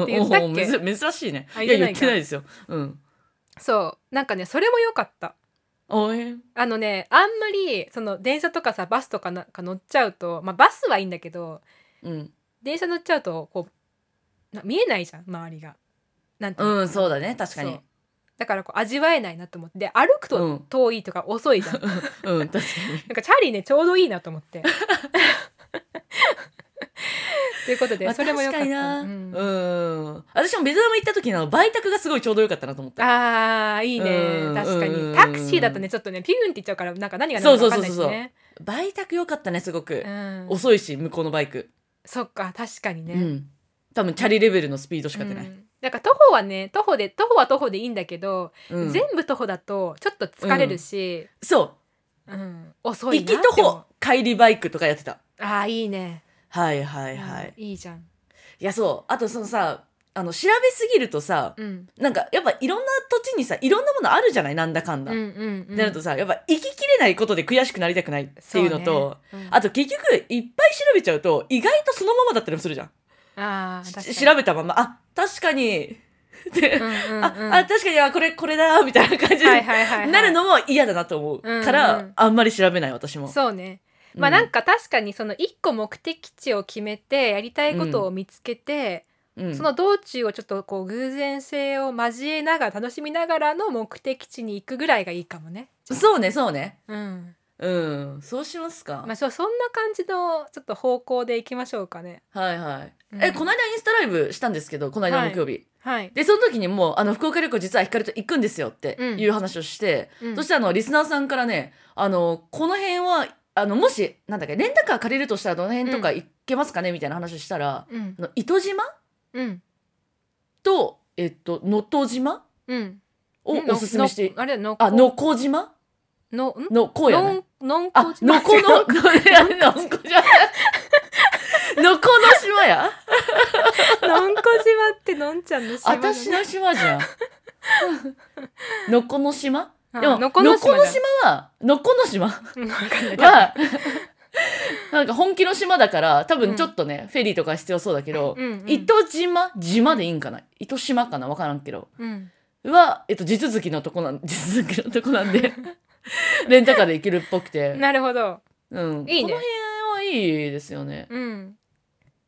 S1: て
S2: 言ったっけ
S1: 珍しいね
S2: あ
S1: いや
S2: 言
S1: 言
S2: っ
S1: っててない
S2: なか
S1: いですようん
S2: そうなんかねそれも良かった
S1: 応援
S2: あのねあんまりその電車とかさバスとかなんか乗っちゃうとまあバスはいいんだけど
S1: うん
S2: 電車乗っちゃうとこうな見えないじゃん周りがなんていうの
S1: うんそうだね確か
S2: そう
S1: に
S2: だからこう味わえないなと思ってで歩く
S1: う
S2: と
S1: ん
S2: 遠いとか遅いじゃん、なん
S1: うん確か
S2: かチャリねちょうどいいなと思って ということ
S1: に
S2: で
S1: まあ
S2: それもよかった
S1: 確か
S2: な、う
S1: に
S2: ん
S1: なうん私もベトナム行った時の売卓がすごいちょうどよかったなと思った
S2: あーいいね
S1: うん
S2: 確か
S1: う
S2: に
S1: ん
S2: タクシーだとねちょっとねピューンっていっちゃうからなんか何が何か分かんないし
S1: そうそうそう
S2: ね
S1: 売卓よかったねすごく
S2: うん
S1: 遅いし向こうのバイク
S2: そっか確かにね、
S1: う
S2: うん
S1: ん多分チャリレベルのスピードしか出ない
S2: なんか徒歩はね徒歩で徒歩は徒歩でいいんだけど、
S1: うん
S2: 全部徒歩だとちょっと疲れるし、
S1: そ
S2: うん遅
S1: う
S2: い
S1: 行
S2: なって
S1: き
S2: 思
S1: 徒
S2: う
S1: 歩帰りバイクとかやってた
S2: ああいいね
S1: はいはいはい
S2: うんいいじゃん
S1: いやそうあとそのさあの調べすぎるとさ
S2: うん
S1: なんかやっぱいろんな土地にさいろんなものあるじゃないなんだかんだ
S2: うんうんうん
S1: なるとさやっぱ生ききれないことで悔しくなりたくないっていうのと
S2: そうねうん
S1: あと結局いっぱい調べちゃうと意外とそのままだったりもするじゃん。
S2: あー確か
S1: し
S2: に
S1: 調べたままあ確かにで、
S2: うんうんうん
S1: あ あ確かにあこれこれだみたいな感じ
S2: はい
S1: に
S2: はいはいはい
S1: なるのも嫌だなと思う
S2: うんうん
S1: から、あんまり調べない私も。
S2: そうねまあ
S1: う
S2: なんか確かにその一個目的地を決めてやりたいことを見つけて、
S1: うん
S2: その道中をちょっとこう偶然性を交えながら楽しみながらの目的地に行くぐらいがいいかもね。
S1: そうねそうね。
S2: うん。
S1: うんそうしますか、
S2: まあそうそんな感じのちょっと方向で行きましょうかね。
S1: はいはい。
S2: うん
S1: えこの間インスタライブしたんですけどこの間の木曜日。
S2: はい。
S1: でその時にもうあの福岡旅行実は光と行くんですよっていう話をして、
S2: うん
S1: そしてあのリスナーさんからねあのこの辺はあのもしなんだっけレンタカー借りるとしたらどの辺とか行けますかね、みたいな話をしたら
S2: うん
S1: あの糸島
S2: うん
S1: とえっと能登島
S2: うん
S1: をおすすめして
S2: のあれの
S1: あ能古島
S2: のん
S1: のこや
S2: の
S1: ね
S2: んのんこ
S1: あのこ ののこじゃ ないのこの島や
S2: のんこ島ってのんちゃんの島だね
S1: 私の島じゃんのこの島
S2: あ
S1: でも
S2: の
S1: の
S2: こ
S1: こ
S2: の
S1: の
S2: 島
S1: 島
S2: だ
S1: はのこの島
S2: うんわかんない
S1: はなんか本気の島だから多分ちょっとね、フェリーとか必要そうだけど、
S2: うんうん
S1: 糸島島でいいんかな糸島かな分からんけど
S2: うん
S1: は、えっと、地続きのとこなん 地続きのとこなん でレンタカーで行けるっぽくて、
S2: なるほど
S1: うん、
S2: いいね
S1: この辺はいいですよね。
S2: うん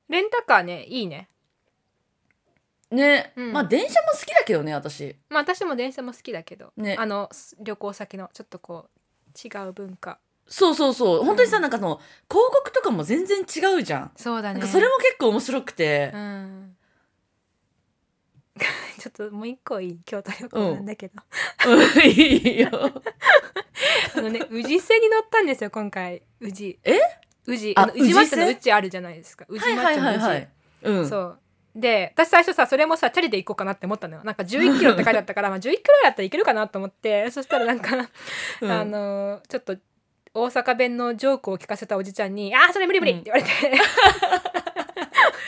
S2: レンタカーねいいね
S1: ね、
S2: うん
S1: まあ電車も好きだけどね私。
S2: まあ私も電車も好きだけど
S1: ね
S2: あのす旅行先のちょっとこう違う文化
S1: そうそうそう本当にさ、
S2: うん
S1: なんかその広告とかも全然違うじゃん。
S2: そうだ
S1: な
S2: ね
S1: んかそれも結構面白くて
S2: う、ん ちょっともう一個いい京都旅行なんだけど、
S1: うん、 い いよ。
S2: あのね宇治線に乗ったんですよ今回宇治
S1: え
S2: 宇治
S1: あ
S2: あの宇治抹
S1: 宇治
S2: 茶
S1: 線
S2: の宇治あるじゃないですか宇治
S1: はい
S2: 抹
S1: はい
S2: 茶の
S1: は
S2: 宇
S1: い
S2: 治、
S1: はい。うん。
S2: そうで私最初さそれもさチャリで行こうかなって思ったのよなんか1 1キロって書いてあった からまあ11キロやったらいけるかなと思ってそしたらなんか、
S1: うん
S2: あのちょっと大阪弁のジョークを聞かせたおじちゃんに「ああそれ無理無理」って言われて「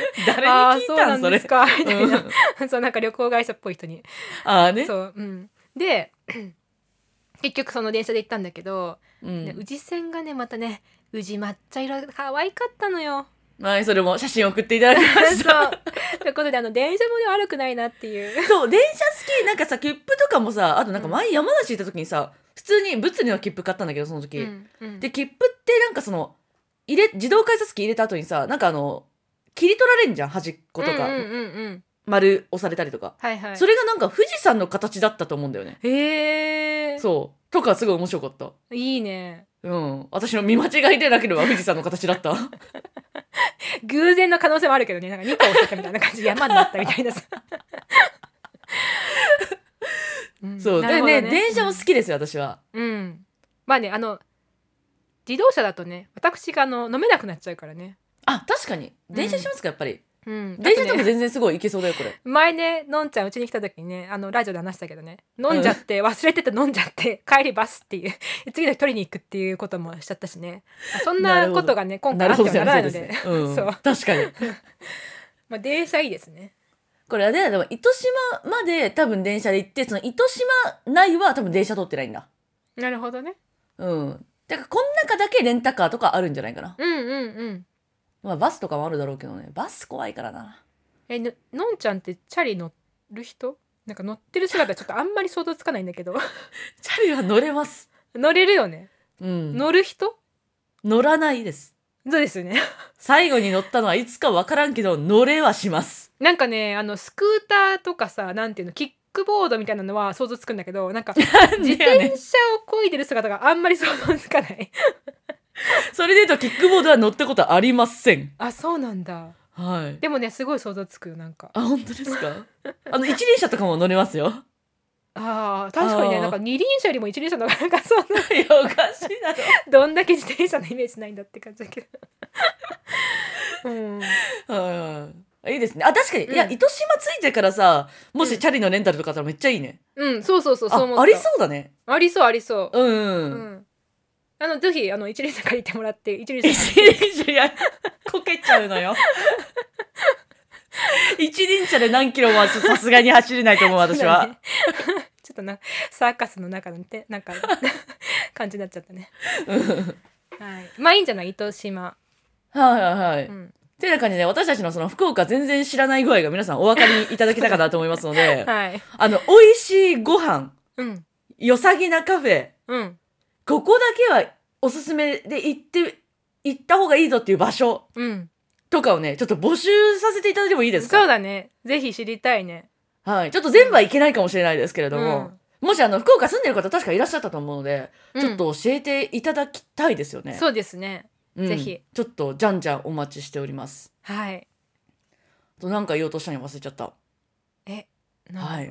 S1: 誰
S2: ああ
S1: に聞い
S2: そう
S1: た
S2: なんん
S1: そ
S2: で
S1: れ
S2: す。か」みたいな、
S1: うん
S2: そうなんか旅行会社っぽい人に
S1: ああね。
S2: そう、うん、で 結局その電車で行ったんだけど、
S1: うん
S2: ね宇治線がねまたね宇治抹茶色が可愛かったの よ。
S1: はい、それも写真送っていただきまし
S2: そ
S1: た。
S2: うということであの電車もね悪くないなっていう。
S1: そう、電車好き、なんかさ、切符とかもさ、あとなんか前山梨行った時にさ、普通に物理の切符買ったんだけど、その時。
S2: うん
S1: で、切符ってなんかその、入れ、自動改札機入れた後にさ、なんかあの、切り取られんじゃん、端っことか。
S2: うんうんうんうん
S1: 丸押されたりとか。
S2: はいはい。
S1: それがなんか富士山の形だったと思うんだよね。
S2: へえ。
S1: そう。とかすごい面白かった。
S2: いいね。
S1: うん。私の見間違いでなければ富 士山の形だった。
S2: 偶然の可能性もあるけどね。なんか2個押したみたいな感じで山になったみたいなさ。うん
S1: そう。
S2: なる
S1: で
S2: ほど
S1: ね、電車も好きですよ、私は。
S2: うん。まあね、あの、自動車だとね、私があの飲めなくなっちゃうからね。
S1: あ、確かに。電車しますか、やっぱり。
S2: うん。
S1: 電車と
S2: あ
S1: か
S2: ね
S1: 全然すごい行けそうだよ、これ。
S2: 前ね、のんちゃんうちに来た時にね、あの、ラジオで話したけどね、飲んじゃって、忘れてて飲んじゃって、 帰りバスっていう、次の日取りに行くっていうこともしちゃったしね。そん
S1: なる
S2: な
S1: ほど
S2: ことがね、今
S1: な
S2: 回あ
S1: る
S2: っ
S1: ほ
S2: ては
S1: ど
S2: ならないの
S1: そう
S2: で、
S1: ですねうん、
S2: そう
S1: 確かに。
S2: まあ、電車いいですね。
S1: これはね、でも糸島まで多分電車で行って、その糸島内は多分電車通ってないんだ。
S2: なるほどね。
S1: うん。だからこの中だけレンタカーとかあるんじゃないかな。
S2: うんうんうん。
S1: まあバスとかもあるだろうけどね。バス怖いからな。
S2: えののんちゃんってチャリ乗る人なんか乗ってる姿ちょっとあんまり想像つかないんだけど
S1: チャリは乗れます。
S2: 乗れるよね
S1: うん。
S2: 乗る人
S1: 乗らないです。
S2: そうですよね
S1: 最後に乗ったのはいつかわからんけど、乗れはし ます。
S2: なんかねあのスクーターとかさなんていうのキックボードみたいなのは想像つくんだけどなんか 自
S1: だよね
S2: 転車をこいでる姿があんまり想像つかない
S1: それで言うと、キックボードは乗ったことありません。
S2: あそうなんだ
S1: はい。
S2: でもねすごい想像つくよなんか
S1: あ、本当ですかあの、一輪車とかも乗れますよ。
S2: あー確かに
S1: あ
S2: ね
S1: ー
S2: なんか二輪車よりも一輪車の方がなん かそんない
S1: や、おかしいだろ。
S2: どんだけ自転車のイメージないんだって感じだ けどうん
S1: はいいいですね。あ、確かに。いや、
S2: うん
S1: 糸島ついてからさ、も
S2: うん
S1: しチャリのレンタルとかあったらめっちゃいいね。
S2: うん、そうそうそう、そう思
S1: あ、
S2: った。
S1: ありそうだね。
S2: ありそう、ありそう。
S1: うん
S2: う
S1: うん。
S2: ん。あの、ぜひ、あの、一輪車借りてもらって、一輪車
S1: 一輪車 や、こけちゃうのよ。 一輪車で何キロもはちょっとさすがに走れないと思う、私は。。
S2: ちょっとな、サーカスの中のて、 なんか、感じになっちゃったね。
S1: うん
S2: はい。まあ、いいんじゃない糸島。。
S1: はいはいはいう
S2: ん。
S1: てな感じで、私たちのその福岡全然知らない具合が皆さんお分かりいただけたかなと思いますので、
S2: はい。
S1: あの、美味しいご飯、
S2: うん。
S1: よさぎなカフェ、
S2: うん。
S1: ここだけはおすすめで行って、行った方がいいぞっていう場所
S2: うん。
S1: とかをね、ちょっと募集させていただいてもいいです
S2: そう
S1: か
S2: だね。ぜひ知りたいね。
S1: はい。ちょっと全部はいけないかもしれないですけれども、もしあの、福岡住んでる方確かいらっしゃったと思うので、
S2: うん
S1: ちょっと教えていただきたいですよ
S2: うん
S1: ね。
S2: そうですね。
S1: うん
S2: ぜひ。
S1: ちょっと、じゃんじゃんお待ちしております。
S2: はい。
S1: あと、なんか言おうとしたのに忘れちゃった。
S2: え、なんだ
S1: は
S2: ろ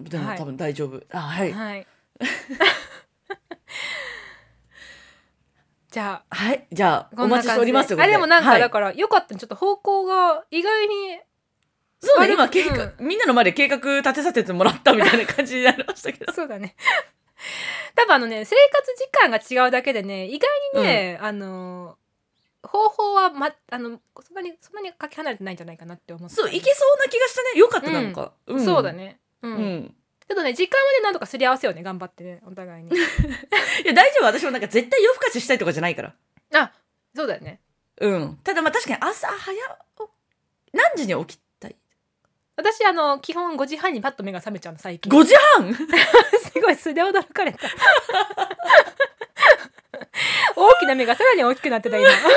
S1: い。でも、
S2: はい
S1: 多分大 丈夫。あ、は
S2: う
S1: い。
S2: はい。じゃあ
S1: はいじゃあ
S2: こ
S1: お
S2: んな
S1: 待ちし
S2: 感じ
S1: ておりますということ
S2: あでもなんか
S1: はい
S2: だから、よかったちょっと方向が意 外に
S1: そうね
S2: 悪く
S1: 今計画、みんなの前で計画立てさせてもらったみたいな感じになりました けど
S2: そうだね多分あのね生活時間が違うだけでね意外にね、あの方法は、ま、あのそんなにそんなにかけ離れてないんじゃないかなって思って
S1: そういけそうな気がしたねよかった
S2: うん
S1: なんか、ん
S2: そうだねうん、
S1: うん、
S2: ちょっとね時間はねなんとかすり合わせようね頑張ってねお互 いに
S1: いや大丈夫私もなんか絶対夜更かししたいとかじゃないから
S2: あそうだよね
S1: うんただまあ確かに朝早お何時に起きたい
S2: 私あの基本5時半にパッと目が覚めちゃうの最近
S1: 5時半
S2: すごい素で驚かれた 大きな目がさらに大きくなってた今
S1: 5時半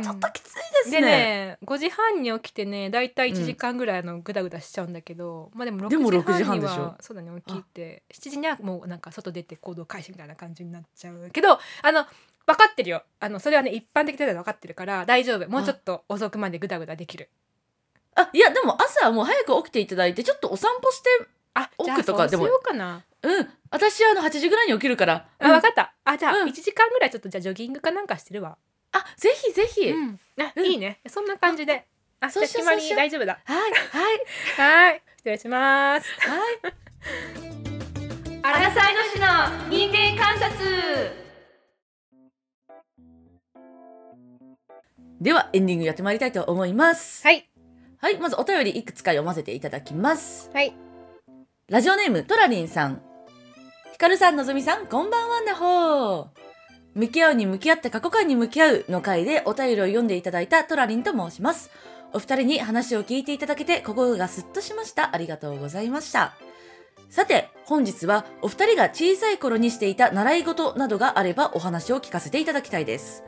S1: はちょっときついですね,、
S2: でね5時半に起きてねだいたい1時間ぐらいあのグダグダしちゃうんだけど、まあでも
S1: でも
S2: 6時半に
S1: 6時半でしょ
S2: はそうだね起きて7時にはもうなんか外出て行動開始みたいな感じになっちゃうけどあの分かってるよあのそれはね一般的だと分かってるから大丈夫もうちょっと遅くまでグダグダできる
S1: あいやでも朝はもう早く起きていただいてちょっとお散歩して
S2: あじゃあ
S1: 奥とかでも
S2: そうしようかな
S1: うん私あの8時ぐらいに起きるから
S2: あ分かったあじゃあ
S1: うん
S2: 1時間ぐらいちょっとじゃあジョギングかなんかしてるわ
S1: あぜひぜひ、
S2: うん、あ、
S1: うん
S2: いいね。そんな感じで。あ、
S1: そ
S2: じゃ
S1: う
S2: あ
S1: しよ
S2: 決
S1: う
S2: まり
S1: そうしよう
S2: 大丈夫だ。
S1: はいはい
S2: はい、失礼します。
S1: はい
S2: アラサイの市の人間観察。
S1: ではエンディングやってまいりたいと思います
S2: はい、
S1: はい、まずお便りいくつか読ませていただきます。
S2: はい、
S1: ラジオネーム、トラリンさん。ヒカルさん、のぞみさん、こんばんはんだほー。向き合うに向き合って過去感に向き合うの回でお便りを読んでいただいたトラリンと申します。お二人に話を聞いていただけて心がスッとしました。ありがとうございました。さて、本日はお二人が小さい頃にしていた習い事などがあればお話を聞かせていただきたいです。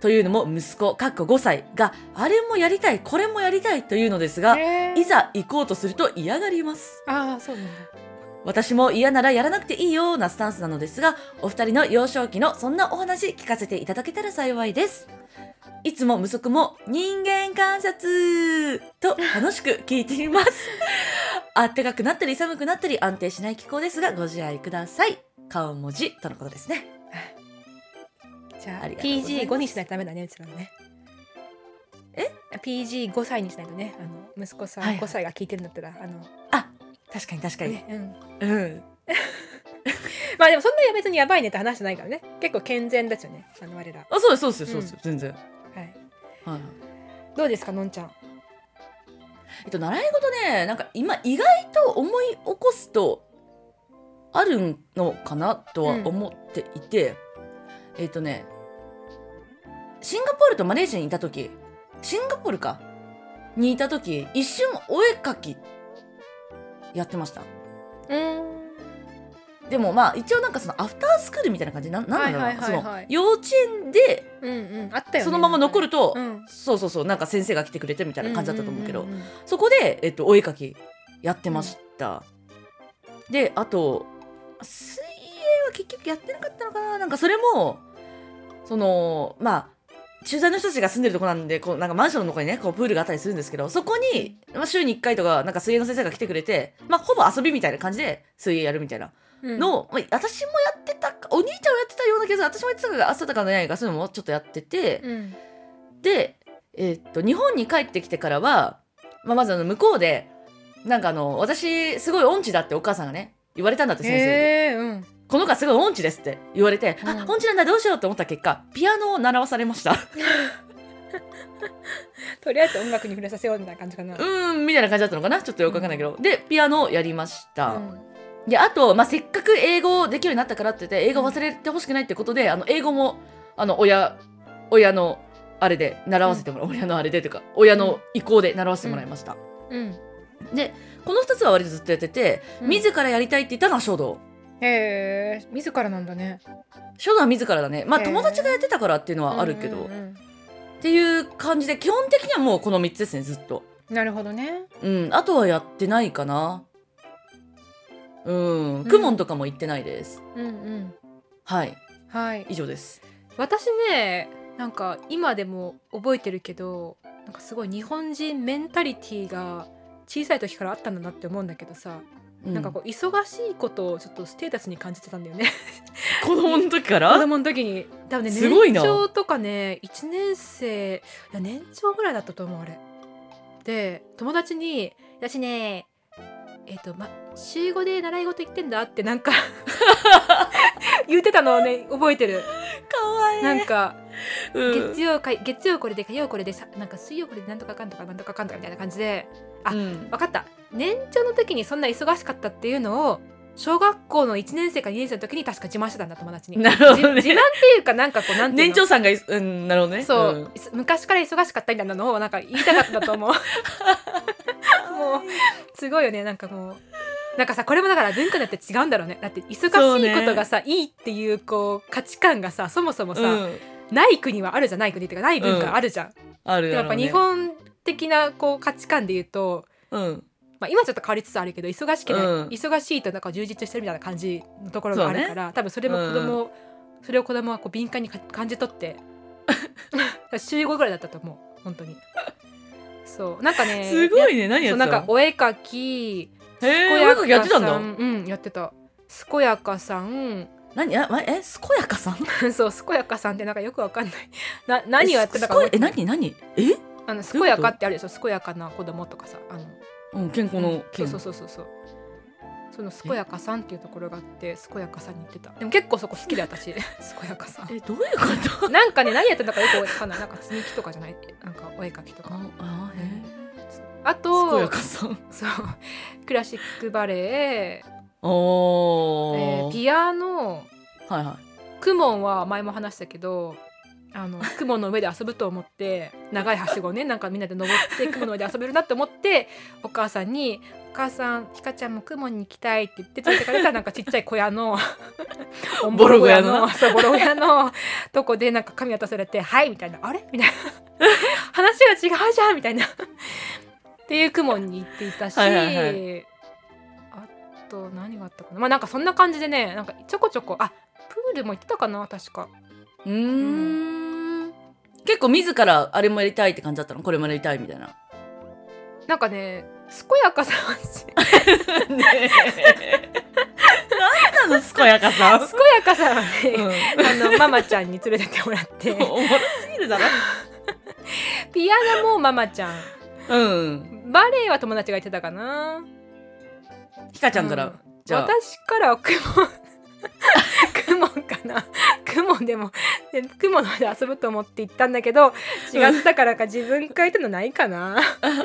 S1: というのも息子、かっこ5歳があれもやりたい、これもやりたいというのですが、い。ざ行こうとすると嫌がります。
S2: ああ、そうなんだ。
S1: 私も嫌ならやらなくていいようなスタンスなのですが、お二人の幼少期のそんなお話聞かせていただけたら幸いです。いつも無足も人間観察と楽しく聞いてい ます。あったかくなったり寒くなったり安定しない気候ですがご自愛ください。顔文字とのことですね。ありがとう
S2: じゃあ、
S1: ございます
S2: PG 五にしないとダメだね、うちらのね。
S1: え
S2: ？PG 五歳にしないとね、あの息子さ
S1: は
S2: ん
S1: い
S2: 五歳が聞いてるんだったら、あの
S1: あ、確かに確かに。
S2: ね、うん。
S1: うん。
S2: まあでもそんな別にやばいねって話じゃないからね。結構健全ですよね、あの我ら。
S1: あ、そうです、そうです、そうです、全然。
S2: はい。
S1: はい。
S2: どうですか、のんちゃん。
S1: えっと、習い事ねなんか今意外と思い起こすとあるのかなとは思っていて、えっとねシンガポールとマレーシアにいた時シンガポールかにいた時一瞬お絵描きやってました
S2: うん。
S1: でもまあ一応なんかそのアフタースクールみたいな感じなんなんだろう
S2: はい
S1: な
S2: は
S1: そ
S2: いはい
S1: の
S2: はい
S1: 幼稚園で
S2: うんうん。あったよね。
S1: そのまま残ると、
S2: うん。
S1: そうそうそうなんか先生が来てくれてみたいな感じだったと思うけど、
S2: んんんん
S1: そこで、えっと、お絵描きやってました。で、あと、水泳は結局やってなかったのかななんかそれも、その、まあ、駐在の人たちが住んでるとこなんで、こう、なんかマンションの中にね、こう、プールがあったりするんですけど、そこに、まあ、週に1回とか、なんか水泳の先生が来てくれて、まあ、ほぼ遊びみたいな感じで水泳やるみたいな
S2: うん
S1: のを、まあ、私もやってたか、お兄ちゃんもやってたような気がする。私もやってたか、あったかないか、そういうのもちょっとやってて、
S2: うん
S1: で、えーっと日本に帰ってきてからは、まあ、まずあの向こうでなんかあの私すごい音痴だってお母さんがね言われたんだって先生に、
S2: へえうん
S1: この子はすごい音痴ですって言われて、
S2: うん
S1: あ音痴なんだどうしようって思った結果ピアノを習わされました
S2: とりあえず音楽に触れさせようみたいな感じかな。
S1: うーんみたいな感じだったのかなちょっとよくわかんないけど、でピアノをやりました、
S2: うん
S1: であと、まあ、せっかく英語できるようになったからって言って英語忘れてほしくないってことで、あの英語もあの親親のあれで習わせてもらう、親のあれでというか親の意向で習わせてもらいました、
S2: うん
S1: でこの2つは割とずっとやってて、
S2: うん
S1: 自らやりたいって言ったのは書道
S2: へえ自らなんだね。
S1: 書道は自らだねまあ
S2: へー
S1: 友達がやってたからっていうのはあるけど、
S2: うんうんうん
S1: っていう感じで基本的にはもうこの3つですねずっと
S2: なるほどね。
S1: うんあとはやってないかなうん
S2: ん
S1: 公文とかも行ってないです、
S2: うんうん
S1: はい
S2: はい
S1: 以上です
S2: 私ねなんか今でも覚えてるけどなんかすごい日本人メンタリティーが小さい時からあったんだなって思うんだけどさ
S1: ううん
S2: なんかこう忙しいことをちょっとステータスに感じてたんだよね
S1: 子供の時か
S2: 子
S1: ら
S2: 供の時に多分ね
S1: すごい
S2: 年
S1: な
S2: 長とかね1年生いや年長ぐらいだったと思うあれで友達に「私ねえっ、とま週5で習い事行ってんだ」ってなんか 言ってたのをね覚えてる
S1: かわい
S2: なんか
S1: うん
S2: 月曜か月曜これで火曜これでさなんか水曜これでなんとかかんとかなんとかかんとかみたいな感じであ
S1: うん
S2: 分かった年長の時にそんな忙しかったっていうのを小学校の1年生か2年生の時に確か自慢してたんだ友達に。
S1: なるほど
S2: 自自慢
S1: ね
S2: っていうかなんかこうなんていう
S1: 年
S2: の
S1: 長さんがいうんなるほどね
S2: そう、
S1: ん
S2: いつ昔から忙しかったみたいなのをなんか言いたかったと 思うもうすごいよねなんかもうなんかさこれもだから文化だって違うんだろうねだって忙し
S1: そう
S2: い
S1: ね
S2: ことがさ、いいっていうこう価値観がさそもそもさ、
S1: うん
S2: ない国はあるじゃんない国っていうかない文化あるじゃん、
S1: ある
S2: でもやっぱ日本的なこう価値観で言うと、
S1: うん
S2: まあ、今ちょっと変わりつつあるけど忙しくない、
S1: うん
S2: 忙しいとなんか充実してるみたいな感じのところがあるから、多分それも子供を、それを子供はこう敏感にか感じ取って 週5ぐらいだったと思う本当にそうなんかね
S1: すごいね何
S2: や
S1: や
S2: そう
S1: って
S2: な
S1: た
S2: ん
S1: の
S2: かお絵描き
S1: へえお絵かきやってたんだ
S2: うんやってた健やかさん
S1: 何あまえ健やかさん
S2: そう健やかさんってなんかよくわかんないな何をやってたか
S1: えす 健え何何え
S2: あの
S1: ういうこと
S2: 健やかってあるでしょ健やかな子供とかさあの
S1: うん健康の
S2: そう
S1: 健
S2: そうそうそうそうその健やかさんっていうところがあって健やかさんに行ってたでも結構そこ好き で私健やかさん
S1: えどういうこと
S2: なんかね何やってんだかよくわかんないなんか積み木とかじゃないなんかお絵描きと
S1: あ
S2: か
S1: あへえ
S2: あ
S1: 健や
S2: と
S1: かさん
S2: そうクラシックバレエ、え
S1: おー
S2: ーピアノ
S1: はいは
S2: クモンは前も話したけど あのクモンの上で遊ぶと思って長いはしごをねなんかみんなで登ってクモンの上で遊べるなって思ってお母さんに「お母さんひかちゃんもクモンに行きたい」って言って連れてかれたなんかちっちゃい小 屋の
S1: ボロ小屋の
S2: そうボロ小屋のとこでなんか紙渡されて「はい」みたいな「あれ?」みたいな「話が違うじゃん」みたいな っていうクモンに行っていたし。
S1: はいはいは
S2: あと何があったかなまあなんかそんな感じでねなんかちょこちょこあプールも行ってたかな確か
S1: いうーん結構自らあれもやりたいって感じだったのこれもやりたいみた いな
S2: なんかね健やかさ ん健
S1: ねえ何なの健やか さん、
S2: やかさんはね、
S1: う
S2: あのママちゃんに連れてってもらって
S1: ん、おもろすぎるだろ
S2: ピアノもママちゃん
S1: うん
S2: バレエは友達がいてたかな
S1: ひかちゃんから、
S2: うん
S1: じゃあ
S2: 私からはク モンクモンかなクモンでもでクモンの上で遊ぶと思って行ったんだけど違ったからか自分から言ったのないかな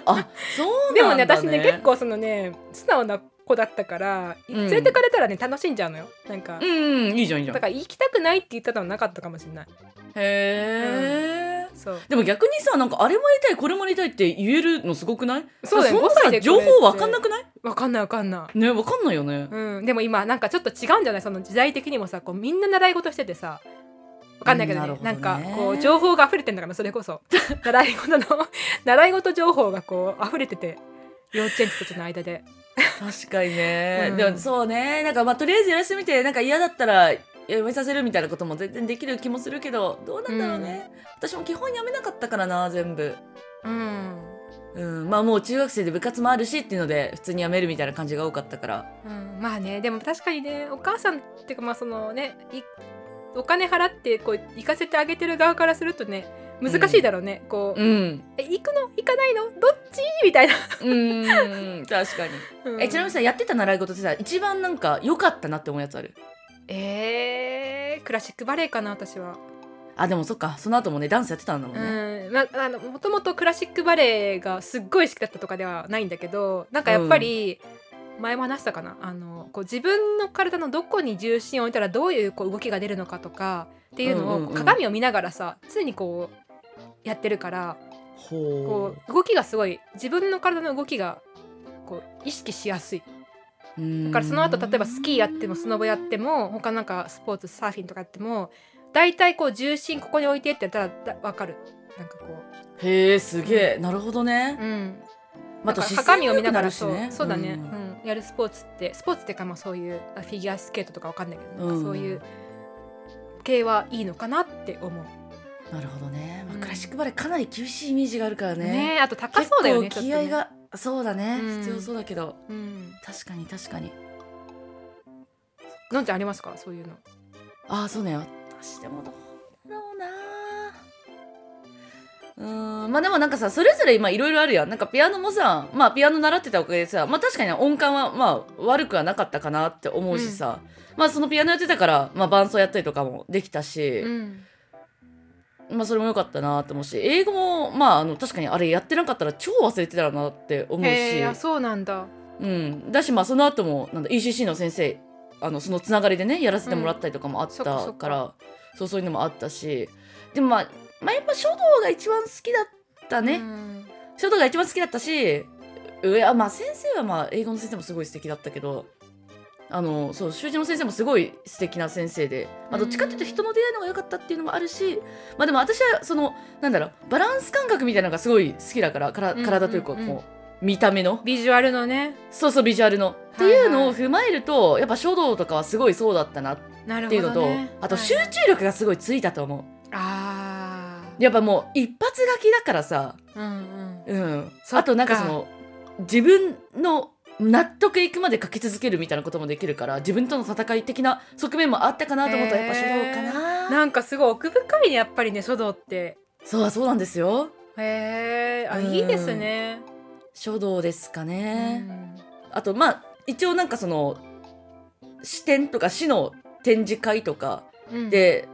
S1: あそう
S2: でも
S1: なんだ、ね、
S2: ね私ね結構そのね素直な子だったから、
S1: ん
S2: 連れてかれたらね楽しんじゃうのよなんか、
S1: うんいいじゃんいいじゃん
S2: だ
S1: へ
S2: から行きたくないって言ったのはなかったかもしれない
S1: え、
S2: そう
S1: でも逆にさなんかあれもやりたいこれもやりたいって言えるのすごくない
S2: そうだよ
S1: んな
S2: 5歳
S1: さ
S2: で
S1: 情報わかんなくない
S2: わかんないわかんない
S1: ねわかんないよね、
S2: うん、でも今なんかちょっと違うんじゃないその時代的にもさこうみんな習い事しててさわかんないけどね,、
S1: うんな
S2: な
S1: る
S2: ん
S1: ほど
S2: か
S1: ね
S2: こう情報が溢れてんだからそれこ そ習い事の 習い事情報がこう溢れてて幼稚園児たちの間で
S1: 確かにね、
S2: うん
S1: でもそうねなんかまあとりあえずやらせてみてなんか嫌だったらやめさせるみたいなことも全然できる気もするけどどうなんだろうね、私も基本やめなかったからな全部、
S2: うん、
S1: うん、まあもう中学生で部活もあるしっていうので普通にやめるみたいな感じが多かったから
S2: うん、まあねでも確かにねお母さんっていうかまあそのねいお金払ってこう行かせてあげてる側からするとね難しいだろうね、こう、
S1: うん
S2: え行くの行かないのどっちみたいな、
S1: うん 確かにえちなみに
S2: に
S1: さやってた習い事ってさ一番なんか良かったなって思うやつある
S2: えー、クラシックバレエかな私は
S1: あでもそっかその後もねダンスやってたんだもんね、
S2: うんまあのもともとクラシックバレエがすっごい好きだったとかではないんだけどなんかやっぱり前も話したかなあのこう自分の体のどこに重心を置いたらどういうこう動きが出るのかとかっていうのを
S1: うんうんうん
S2: 鏡を見ながらさ常にこうやってるから
S1: ほ
S2: こう動きがすごい自分の体の動きがこう意識しやすい
S1: う
S2: う
S1: ん
S2: だからその後例えばスキーやってもスノボやっても他なんかスポーツサーフィンとかやっても大体こう重心ここに置いてってやったらだ分かるなんかこう。
S1: へえすげえ、なるほどね、
S2: うん、
S1: また
S2: だから
S1: 姿勢
S2: 鏡
S1: も
S2: を
S1: 良
S2: 見
S1: く
S2: な
S1: な
S2: が
S1: る
S2: ら
S1: し
S2: そう,、
S1: ね
S2: そうだね、
S1: ん
S2: うんやるスポーツってスポーツっていうかまあそういうあフィギュアスケートとかわかんないけど、なんか
S1: うん
S2: そういう系はいいのかなって思う
S1: なるほどね、まあ
S2: うん
S1: クラシックバレエかなり厳しいイメージがあるから
S2: ね
S1: ね
S2: あと高そうだよね
S1: 結構気合
S2: ちょっ
S1: がそうだね、
S2: うん
S1: 必要そうだけど
S2: うん、
S1: 確かに確かに
S2: のんちゃんありますかそういうの
S1: ああそうだよ私でもどうだろうなうーんまあでもなんかさそれぞれ今いろいろあるやんなんかピアノもさまあピアノ習ってたおかげでさまあ確かに音感はまあ悪くはなかったかなって思うしさ、まあそのピアノやってたから、まあ、伴奏やったりとかもできたし、
S2: うん
S1: まあそれも良かったなって思うし英語もまああの確かにあれやってなかったら超忘れてたらなって思うし、
S2: へえあそうなんだ
S1: うん、だしまあその後もなんだ ECC の先生あのそのつながりでねやらせてもらったりとかもあったから、
S2: うんそっかそっか
S1: そうそういうのもあったしでもまあ、まあ、やっぱ書道が一番好きだったね、
S2: うん
S1: 書道が一番好きだったしうあまあ先生はまあ英語の先生もすごい素敵だったけどあのそう習字の先生もすごい素敵な先生で、まあ、どっちかっていうと人の出会いの方が良かったっていうのもあるし、まあ、でも私はそのなんだろうバランス感覚みたいなのがすごい好きだからから体というかこう、
S2: うんうんうん
S1: 見た目の
S2: ビジュアルのね
S1: そうそうビジュアルの、っていうのを踏まえるとやっぱ書道とかはすごいそうだったなっ
S2: なる
S1: ていう
S2: ほ
S1: の
S2: ど
S1: と、
S2: ね
S1: あと集
S2: はい
S1: 中力がすごいついたと思う、
S2: ああ
S1: やっぱもう一発書きだからさ
S2: うん
S1: うん
S2: そっか
S1: あとなんかその自分の納得いくまで書き続けるみたいなこともできるから自分との戦い的な側面もあったかなと思ったらやっぱ書道
S2: う
S1: か
S2: ん
S1: な、
S2: なんかすごい奥深いねやっぱりね書道って
S1: そうそうなんですよ
S2: へえあ
S1: うん
S2: いいですね
S1: 書道ですか
S2: う
S1: ね、
S2: ん
S1: あとまあ一応なんかその視点とか市の展示会とか
S2: うん
S1: で、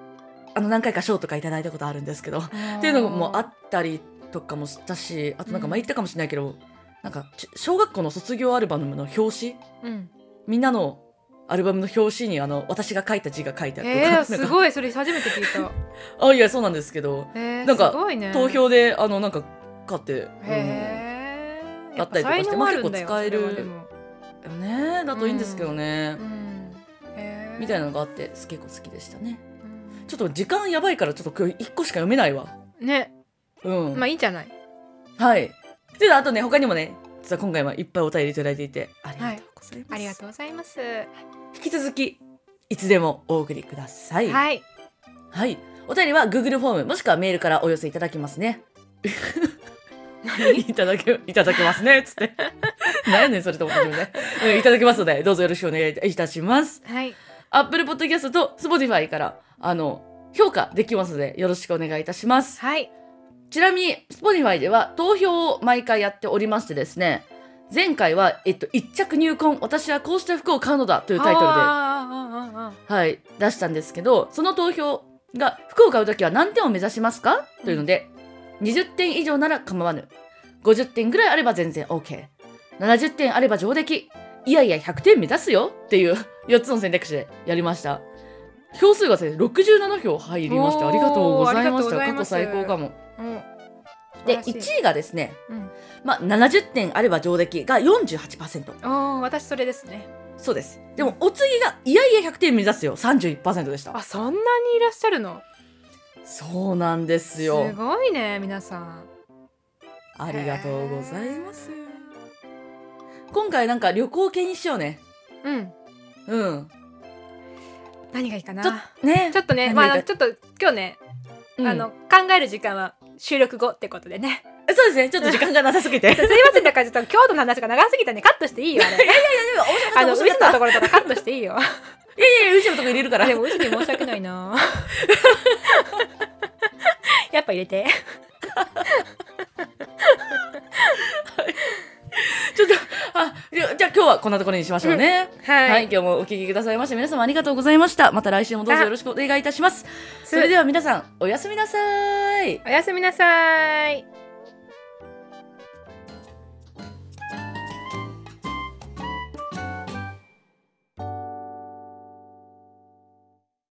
S1: あの何回か賞とかいただいたことあるんですけど、っ
S2: あー
S1: ていうのもあったりとかもしたしあとなんか
S2: うん
S1: 前言ったかもしれないけど、なんかち小学校の卒業アルバムの表紙
S2: うん
S1: みんなのアルバムの表紙にあの私が書いた字が書いてあるとか,、
S2: えー、
S1: なん
S2: す
S1: か
S2: ごいそれ初めて聞いた。
S1: あいやそうなんですけど、
S2: えー、
S1: なんか
S2: すごいね。
S1: 投票であのなんか買って、うん
S2: へえ。
S1: だったりとかして
S2: やぱ才能あるんだよ
S1: まあ結構使える
S2: それはでも
S1: ねえだといいんですけどね
S2: う、ん。へー
S1: みたいなのがあって結構好きでしたね
S2: うん
S1: ちょっと時間やばいからちょっと今日1個しか読めないわ
S2: ね、
S1: うん、
S2: まあいいんじゃない。
S1: はい。というのあとね、他にもね、実は今回はいっぱいお便りいただいていて、ありがとうございます。
S2: ありがとうございます。
S1: 引き続き、いつでもお送りください。はい。
S2: はい。
S1: お便りは Google フォーム、もしくはメールからお寄せいただきますね。 いただけ、いただけますね、つって。 何やねん、それと思って自分でうんいただきますので、どうぞよろしくお願いいたします。
S2: はい。
S1: Apple Podcast と Spotify から、あの、評価できますので、よろしくお願いいたします。
S2: はい。
S1: ちなみに Spotify では投票を毎回やっておりましてですね前回は、えっと、一着入魂私はこうした服を買うのだというタイトルで、
S2: あ
S1: はい、出したんですけどその投票が服を買うときは何点を目指しますかというので、20点以上なら構わぬ50点ぐらいあれば全然 OK70 点あれば上出来いやいや100点目指すよっていう4つの選択肢でやりました票数がですね67票入りましたありがとうございまし
S2: おーありがとうご
S1: た
S2: ざ
S1: 過
S2: い
S1: 去
S2: ます
S1: 最高かも
S2: ああああ。うん。
S1: で
S2: 素晴らしい
S1: 1位がですね、
S2: うん
S1: まあ、70点あれば上出来が48%
S2: おお、私それですね。
S1: そうですでもお次がいやいや100点目指すよ31%でし
S2: あ、
S1: た
S2: そんなにいらっしゃるの。
S1: そうなんです
S2: す
S1: よ
S2: ごいね、皆さん。
S1: ありがとうございます今回なんか旅行系にしようね
S2: うん。
S1: うん
S2: 何がいいかな。
S1: ちょね
S2: ちょっとね、
S1: 何
S2: ま
S1: がいい
S2: あ
S1: か
S2: あの、ちょっと今日ね、
S1: うん
S2: あの考える時間は収録後ってことでね。
S1: そうですねちょっと時間がなさす ぎてい
S2: すいません、だからちょっと京都の話が長すぎたね。カットしていいよ、あれ。あ
S1: やいや面
S2: の、ウ
S1: 白か
S2: ジ
S1: った面白か
S2: のと
S1: っ
S2: ころとかカットしていいよ。
S1: たいやいやいやうちのとこ入れるから
S2: でも、ウジに申し訳な いな。やっぱ入れて。
S1: ちょっとあじゃあじゃあ今日はこんなところにしましょうね、
S2: は
S1: はい、。今日もお聞きくださいまして皆様ありがとうございましたまた来週もどうぞよろしくお願いいたしますそれでは皆さんおやすみなさい
S2: おやすみなさい。